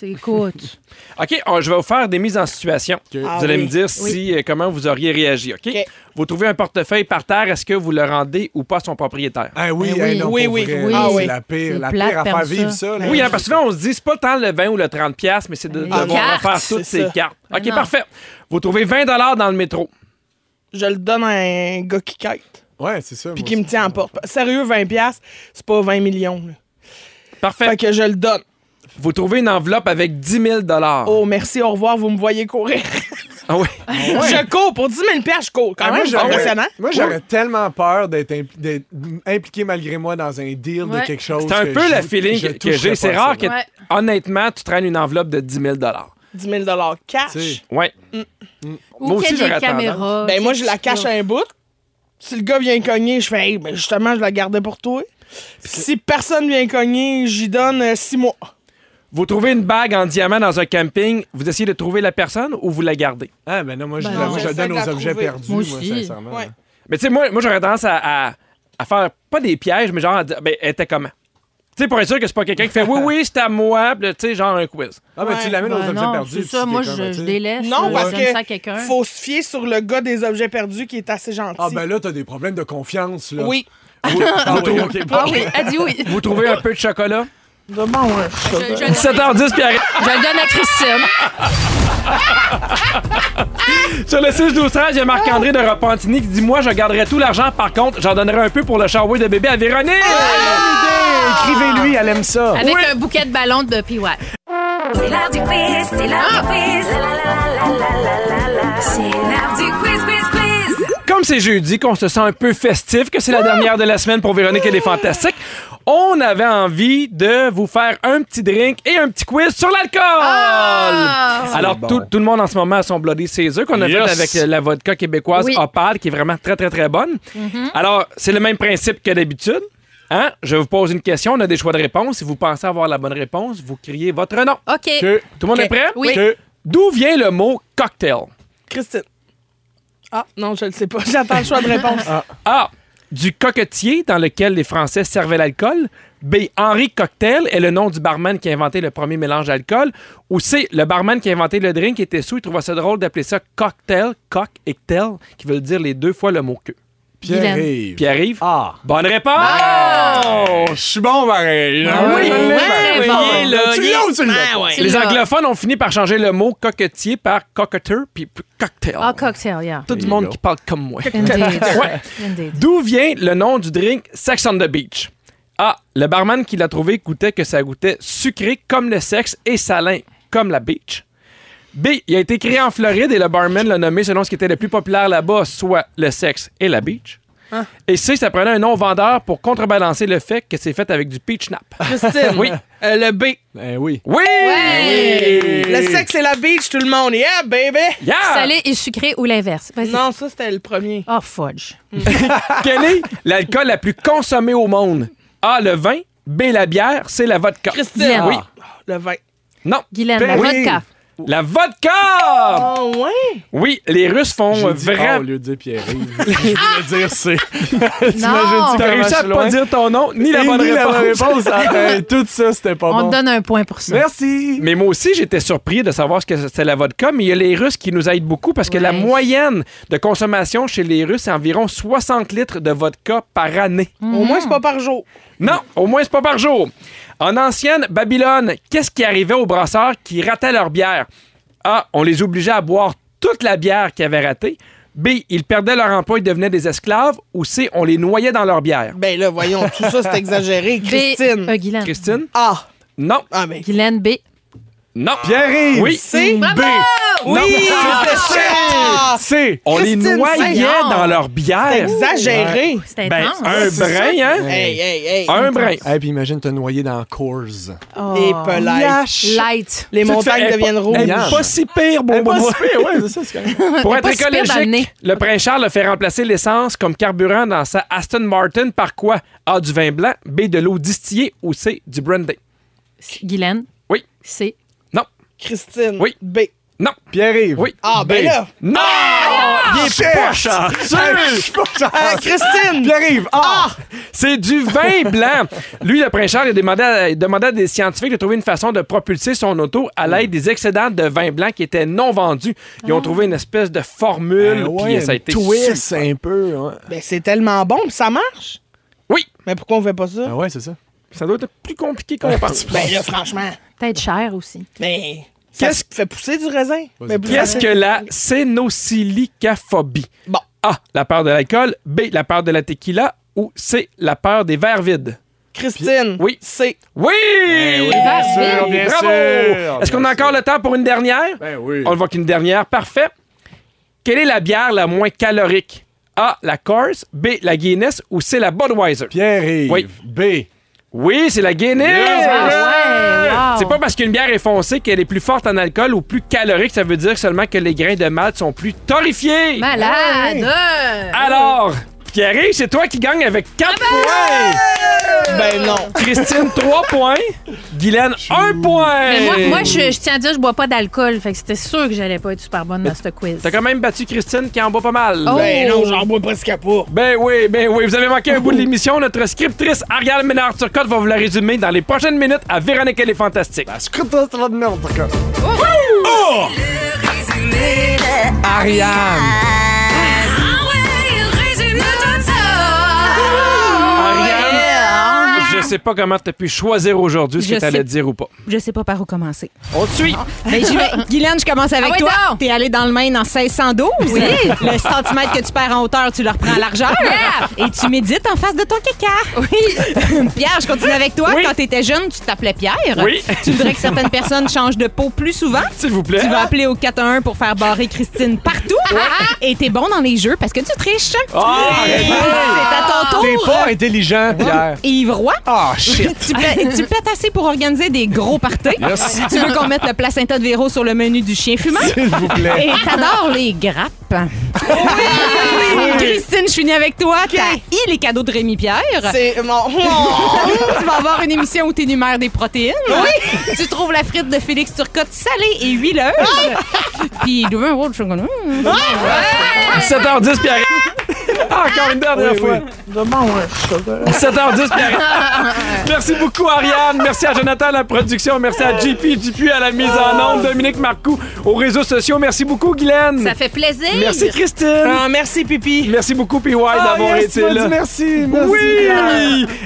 C: C'est écoute.
B: OK, on- je vais vous faire des mises en situation.
D: Ah
B: vous allez
D: oui.
B: me dire si euh, comment vous auriez réagi, OK?
D: OK.
B: Vous trouvez un portefeuille par terre, est-ce que vous le rendez ou pas à son propriétaire?
A: Ah oui,
C: Ben
A: hey,
C: oui.
A: non,
D: Oui,
A: pour
D: oui,
A: vrai,
C: oui.
A: ah, C'est
D: oui.
A: la pire,
C: C'est
A: la
C: plate
A: pire à faire
C: perdre
A: vivre,
C: ça.
A: ça. là.
B: Oui, hein, parce que souvent, on se dit, c'est pas tant le 20 ou le 30$, piastres, mais c'est de
C: Les
B: devoir
C: cartes,
B: refaire toutes
D: c'est
B: ces
D: ça.
B: cartes.
C: Mais
B: OK,
C: non.
B: parfait. Vous trouvez 20 dans le métro.
D: Je le donne à un gars qui kite,
A: Ouais, c'est ça.
D: puis
A: moi
D: qui me
A: aussi.
D: tient en porte. Sérieux, 20 piastres, c'est pas 20 millions. là.
B: Parfait.
D: Fait que je le donne.
A: Ah.
B: Vous trouvez une enveloppe avec 10 000
D: Oh, merci, au revoir, vous me voyez courir.
B: Ah oui.
D: Je cours. Pour 10 000 piastres, je cours. Quand
A: Ah,
D: même,
A: moi,
D: c'est
A: j'aurais-
D: impressionnant.
A: Moi, j'aurais tellement peur d'être impl- d'être impliqué malgré moi dans un deal de
C: Ouais.
A: quelque chose.
B: C'est un
A: que
B: peu
A: je-
B: le feeling
A: je
B: que- que
A: toucherais
B: j'ai.
A: pas
B: C'est
A: à ça.
B: rare que,
C: Ouais.
B: honnêtement, tu traînes une enveloppe de 10 000
D: 10 000 cash.
A: Tu sais.
B: Ouais. Moi
C: Ou
B: aussi,
C: qu'il y ait
B: j'aurais
C: des
B: tendance.
C: caméras.
D: Ben,
C: tu
D: moi,
C: sais,
D: je la
C: tu
D: cache
C: peux-
D: à un bout. Si le gars vient cogner, je fais, hey, ben justement, je la gardais pour toi. Puis si personne vient cogner, j'y donne 6 mois.
B: Vous trouvez une bague en diamant dans un camping, vous essayez de trouver la personne ou vous la gardez?
A: Ah, ben non, moi, je,
C: Ben
A: moi,
C: non.
A: je le
D: J'essaie
A: donne
D: de la
A: aux objets
D: trouver.
A: perdus, moi,
C: Moi aussi.
A: sincèrement.
D: Ouais.
B: Mais tu sais, moi, moi j'aurais tendance à, à- à faire pas des pièges, mais genre à dire, ben, elle était comment? Tu sais, pour être sûr que c'est pas quelqu'un qui fait oui, oui, c'est à moi, puis là, tu sais, genre un quiz.
A: Ah, ben tu
D: Ouais.
A: l'amènes aux
C: Ben
A: objets
C: non,
A: perdus.
C: c'est
A: puis
C: ça,
A: si
C: moi,
A: quelqu'un,
C: je,
A: tu
C: je
A: sais.
C: délaisse.
D: Non,
C: euh,
D: parce
C: je donne
D: que
C: ça à quelqu'un.
D: faut se fier sur le gars des objets perdus qui est assez gentil.
A: Ah, ben là, t'as des problèmes de confiance, là. Ah
D: Oui.
A: Vous- vous trouvez- ok, bon.
C: Ah oui, elle dit oui.
B: Vous trouvez un peu de chocolat?
C: Je, je- je-
B: 17h10, puis arrête.
C: je le donne à Christine.
B: Sur le 6 12 13 il y a Marc-André de Repentigny qui dit Moi, je garderai tout l'argent. Par contre, j'en donnerai un peu pour le shower de bébé à Véronique.
A: Écrivez-lui, elle aime ça.
C: Avec un bouquet de ballons de PY.
H: C'est l'heure du quiz, c'est l'heure du quiz. La, la, la, la, la, la, la, la. C'est l'heure du quiz, quiz, quiz.
B: Comme c'est jeudi, qu'on se sent un peu festif, que c'est la dernière de la semaine pour Véronique, elle est fantastique. On avait envie de vous faire un petit drink et un petit quiz sur l'alcool.
C: Ah!
B: Alors, tout, tout le monde en ce moment a son Bloody Caesar qu'on a fait avec euh, la vodka québécoise
C: Oui. Mhm.
B: Opal, qui est vraiment très, très, très bonne. Alors, c'est le même principe que d'habitude. Hein? Je vous pose une question, on a des choix de réponse. Si vous pensez avoir la bonne réponse, vous criez votre nom.
C: Ah, OK.
A: Que,
B: Tout le monde
D: Ok.
B: est prêt?
C: Oui.
A: que,
B: D'où vient le mot cocktail?
D: Christine. Ah, non, je le sais pas. J'attends le choix de réponse.
A: Ah.
B: A. Du coquetier dans lequel les Français servaient l'alcool. B. Henri Cocktail est le nom du barman qui a inventé le premier mélange d'alcool. Ou C. Le barman qui a inventé le drink était sous. Il trouvait ça drôle d'appeler ça cocktail, cock et tail, qui veut dire les deux fois le mot que.
A: Pierre-Yves.
B: Puis arrive.
A: Ah.
B: Bonne réponse! Ah
A: Oh, Je suis bon, pareil. Oh,
C: Ah oui,
A: Je l'ai, pareil.
C: très bon.
B: Il est là,
A: Tu
B: il est-
A: l'as ou tu l'as pas?
C: Tu
B: Les
C: l'as.
B: anglophones ont fini par changer le mot coquetier par cocktail puis p- cocktail.
C: Ah, cocktail, yeah.
B: Tout du
A: you
B: monde
A: go.
B: qui parle comme moi.
C: Indeed.
B: Ouais.
C: Indeed.
B: D'où vient le nom du drink Sex on the Beach? A. Le barman qui l'a trouvé goûtait que ça goûtait sucré comme le sexe et salin comme la beach. B. Il a été créé en Floride et le barman l'a nommé selon ce qui était le plus populaire là-bas, soit le sexe et la beach. Et C, ça prenait un nom vendeur pour contrebalancer le fait que c'est fait avec du peach snap.
D: Christine.
B: Oui.
D: Euh, le B.
A: Ben oui.
B: Oui!
D: Le sexe et la beach, tout le monde. Yeah, baby.
B: Yeah!
C: Salé et sucré ou l'inverse. Vas-y.
D: Non, ça, c'était le premier.
C: Oh, fudge.
B: Quel est l'alcool la plus consommée au monde? A, le vin. B, la bière. C, la vodka.
D: Christine.
B: Oui.
D: Ah, Le vin.
B: Non.
C: Guylaine,
B: Ben
C: la
B: oui.
C: vodka.
B: La vodka!
D: Oh, ouais.
B: Oui, les Russes font
A: J'ai dit oh, A au
B: vraiment...
A: lieu de dire Pierre-Yves. Je voulais dire C.
C: Non.
A: T'imagines-tu
B: T'as
A: comment je
B: réussi à
A: suis
B: pas
A: loin?
B: dire ton nom, ni la
A: Et
B: bonne
A: ni la bonne
B: réponse.
A: réponse. Ah, hey, Tout ça, c'était pas
C: On
A: Ah bon.
C: te donne un point pour ça.
A: Merci.
B: Mais moi aussi, j'étais surpris de savoir ce que c'était la vodka, mais il y a les Russes qui nous aident beaucoup parce que la
C: Ouais.
B: moyenne de consommation chez les Russes, c'est environ 60 litres de vodka par année.
D: Au moins, c'est pas par jour.
B: Non, au moins, c'est pas par jour. En ancienne Babylone, qu'est-ce qui arrivait aux brasseurs qui rataient leur bière? A. On les obligeait à boire toute la bière qu'ils avaient ratée. B. Ils perdaient leur emploi et devenaient des esclaves. Ou C. On les noyait dans leur bière.
D: Ben là, voyons, tout ça, c'est exagéré.
C: B.
D: Christine.
C: Euh, Guylaine.
B: Christine?
D: Ah.
B: Non.
D: Ah, ben.
C: Guylaine B.
B: Non.
A: Pierre-Yves.
B: Oui.
D: C.
C: Bravo!
B: Non.
D: Ah,
A: C.
B: On les
D: Christine,
B: noyait
C: c'est-
B: dans leur bière.
D: Exagéré.
C: C'est
B: Ben,
C: intense.
B: un brin, hein?
D: Hey, hey, hey.
B: Un brin.
A: Et puis imagine te noyer dans Coors.
C: Oh.
D: Les pelailles.
C: Light.
D: Les montagnes deviennent rouges.
B: Elle est
A: rouges.
B: Pas si pire, bon,
A: Eh,
B: bon,
A: pas
B: bon.
A: si pire, ouais, c'est ça, c'est quand même-
B: Pour
C: Elle est
B: être
C: pas si pire dans le nez.
B: écologique, le prince Charles a fait remplacer l'essence comme carburant dans sa Aston Martin par quoi? A, du vin blanc, B, de l'eau distillée ou C, du brandy.
C: Guylaine.
B: Oui.
C: C.
B: Non.
D: Christine.
B: Oui.
D: B. Euh,
B: Non.
A: Pierre-Yves.
B: Oui.
D: Ah, ben là.
B: Non! Il est
A: Chef!
B: pas chanceux!
A: Hey, je suis pas
D: Euh,
A: chanceux.
D: Christine.
A: Pierre-Yves. Ah!
B: C'est du vin blanc. Lui, le prince Charles, il demandait, à, il demandait à des scientifiques de trouver une façon de propulser son auto à l'aide des excédents de vin blanc qui étaient non vendus. Ils ont trouvé une espèce de formule,
A: Ben
B: puis
A: ouais,
B: ça a été
A: twist
B: super.
A: un peu. hein.
D: Ben, c'est tellement bon, pis ça marche.
B: Oui,
D: Mais pourquoi on fait pas ça?
A: Ah ouais, c'est ça.
B: ça doit être plus compliqué qu'on pense.
D: Ben là, franchement.
C: Peut-être cher aussi.
D: Mais. Qu'est-ce
B: Qu'est-ce-
D: qui fait pousser du raisin? Mais plus
B: Qu'est-ce que
D: raisin.
B: la cénosilicaphobie?
D: Bon.
B: A. La peur de l'alcool. B. La peur de la tequila. Ou C. La peur des verres vides.
D: Christine.
B: Oui.
D: C.
B: Oui!
C: verres
A: sûr, Ben
C: vides.
A: bien
B: Bravo!
A: sûr,
B: Est-ce qu'on
A: bien
B: a encore
A: sûr.
B: le temps pour une dernière?
A: Ben oui.
B: On le voit qu'une dernière. Parfait. Quelle est la bière la moins calorique? A. La Corse. B. La Guinness. Ou C. La Budweiser?
A: Pierre-Yves.
B: Oui.
A: B.
B: Oui, c'est la Guinness!
A: Yes!
C: Ah ouais, wow.
B: C'est pas parce qu'une bière est foncée qu'elle est plus forte en alcool ou plus calorique, ça veut dire seulement que les grains de malt sont plus torréfiés.
C: Malade!
B: Alors, Pierre, c'est toi qui gagne avec 4
C: Ah
B: points.
D: Ben non.
B: Christine, 3 points. Guylaine, 1 point.
C: Mais moi, moi, je, je tiens à dire, je bois pas d'alcool. Fait que c'était sûr que j'allais pas être super bonne dans ce quiz.
B: T'as quand même battu Christine qui en boit pas mal.
C: Oh.
D: Ben non, j'en bois presque pas.
B: Ben oui, ben oui, vous avez manqué un bout de l'émission. Notre scriptrice Ariane Ménard-Turcotte va vous la résumer dans les prochaines minutes à Véronique et les Fantastiques.
A: Scrutin, ça va de merde, en tout cas.
H: Le résumé de
B: Ariane!
H: Anne. Ah ouais, il résume tout ça.
A: hein?
B: Ariane! Je sais pas comment t'as pu choisir aujourd'hui ce
I: Je
B: que t'allais
I: sais.
B: dire ou pas.
I: Je sais pas par où commencer.
B: On te suit!
I: Ben, j'y vais. Guylaine, je commence avec
C: Ah ouais,
I: toi.
C: donc.
I: T'es allée dans le Maine en 1612. Le centimètre que tu perds en hauteur, tu le reprends à largeur. Et tu médites en face de ton caca. Oui. Pierre, je continue avec toi.
B: Oui.
I: Quand t'étais jeune, tu t'appelais Pierre.
B: Oui.
I: Tu voudrais que certaines personnes changent de peau plus souvent.
B: S'il vous plaît.
I: Tu vas appeler au 411 pour faire barrer Christine partout.
C: Ah,
I: Et t'es bon dans les jeux parce que tu triches.
B: Ah,
I: Et C'est à ton
A: T'es
I: tour.
A: pas intelligent, Pierre.
I: Yves Roy.
A: Ah, shit.
I: Tu, pè- tu pètes assez pour organiser des gros parties.
A: Yes.
I: Tu veux qu'on mette le placenta de Véro sur le menu du chien fumant?
A: S'il vous plaît.
I: Et t'adores les grappes. Christine, je finis avec toi. T'as i les cadeaux de Rémi Pierre.
D: C'est mon.
I: Tu vas avoir une émission où t'énumères des protéines. Oui. Tu trouves la frite de Félix Turcotte salée et huileuse.
C: Ah!
I: Puis, il un rôle de chocolat.
B: 7h10, Pierre. Ah, Encore une dernière fois. 7h10, Pierre. Merci beaucoup, Ariane. Merci à Jonathan à la production. Merci à JP Dupuis à la mise en onde. Dominique Marcoux aux réseaux sociaux. Merci beaucoup, Guylaine.
C: Ça fait plaisir!
B: Merci, Christine.
D: Ah, merci, Pipi. Ah,
B: Merci beaucoup, PY, d'avoir
A: Oh, yes,
B: été
A: tu m'as
B: là.
A: dit Merci, merci.
B: Oui!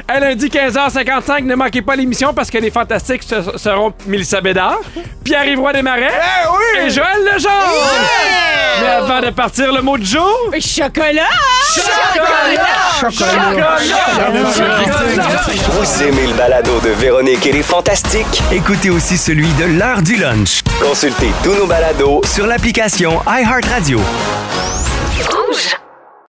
B: À lundi 15h55, ne manquez pas l'émission parce que les fantastiques se- seront Mélissa Bédard, Pierre-Yves Roy Desmarais
D: Eh
B: et Joël Lejeune! Mais avant de partir, le mot du jour...
I: Chocolat!
J: Vous aimez le balado de Véronique et les Fantastiques?
E: Écoutez aussi celui de l'heure du lunch
J: Consultez tous nos balados
E: sur l'application iHeartRadio.
H: Rouge.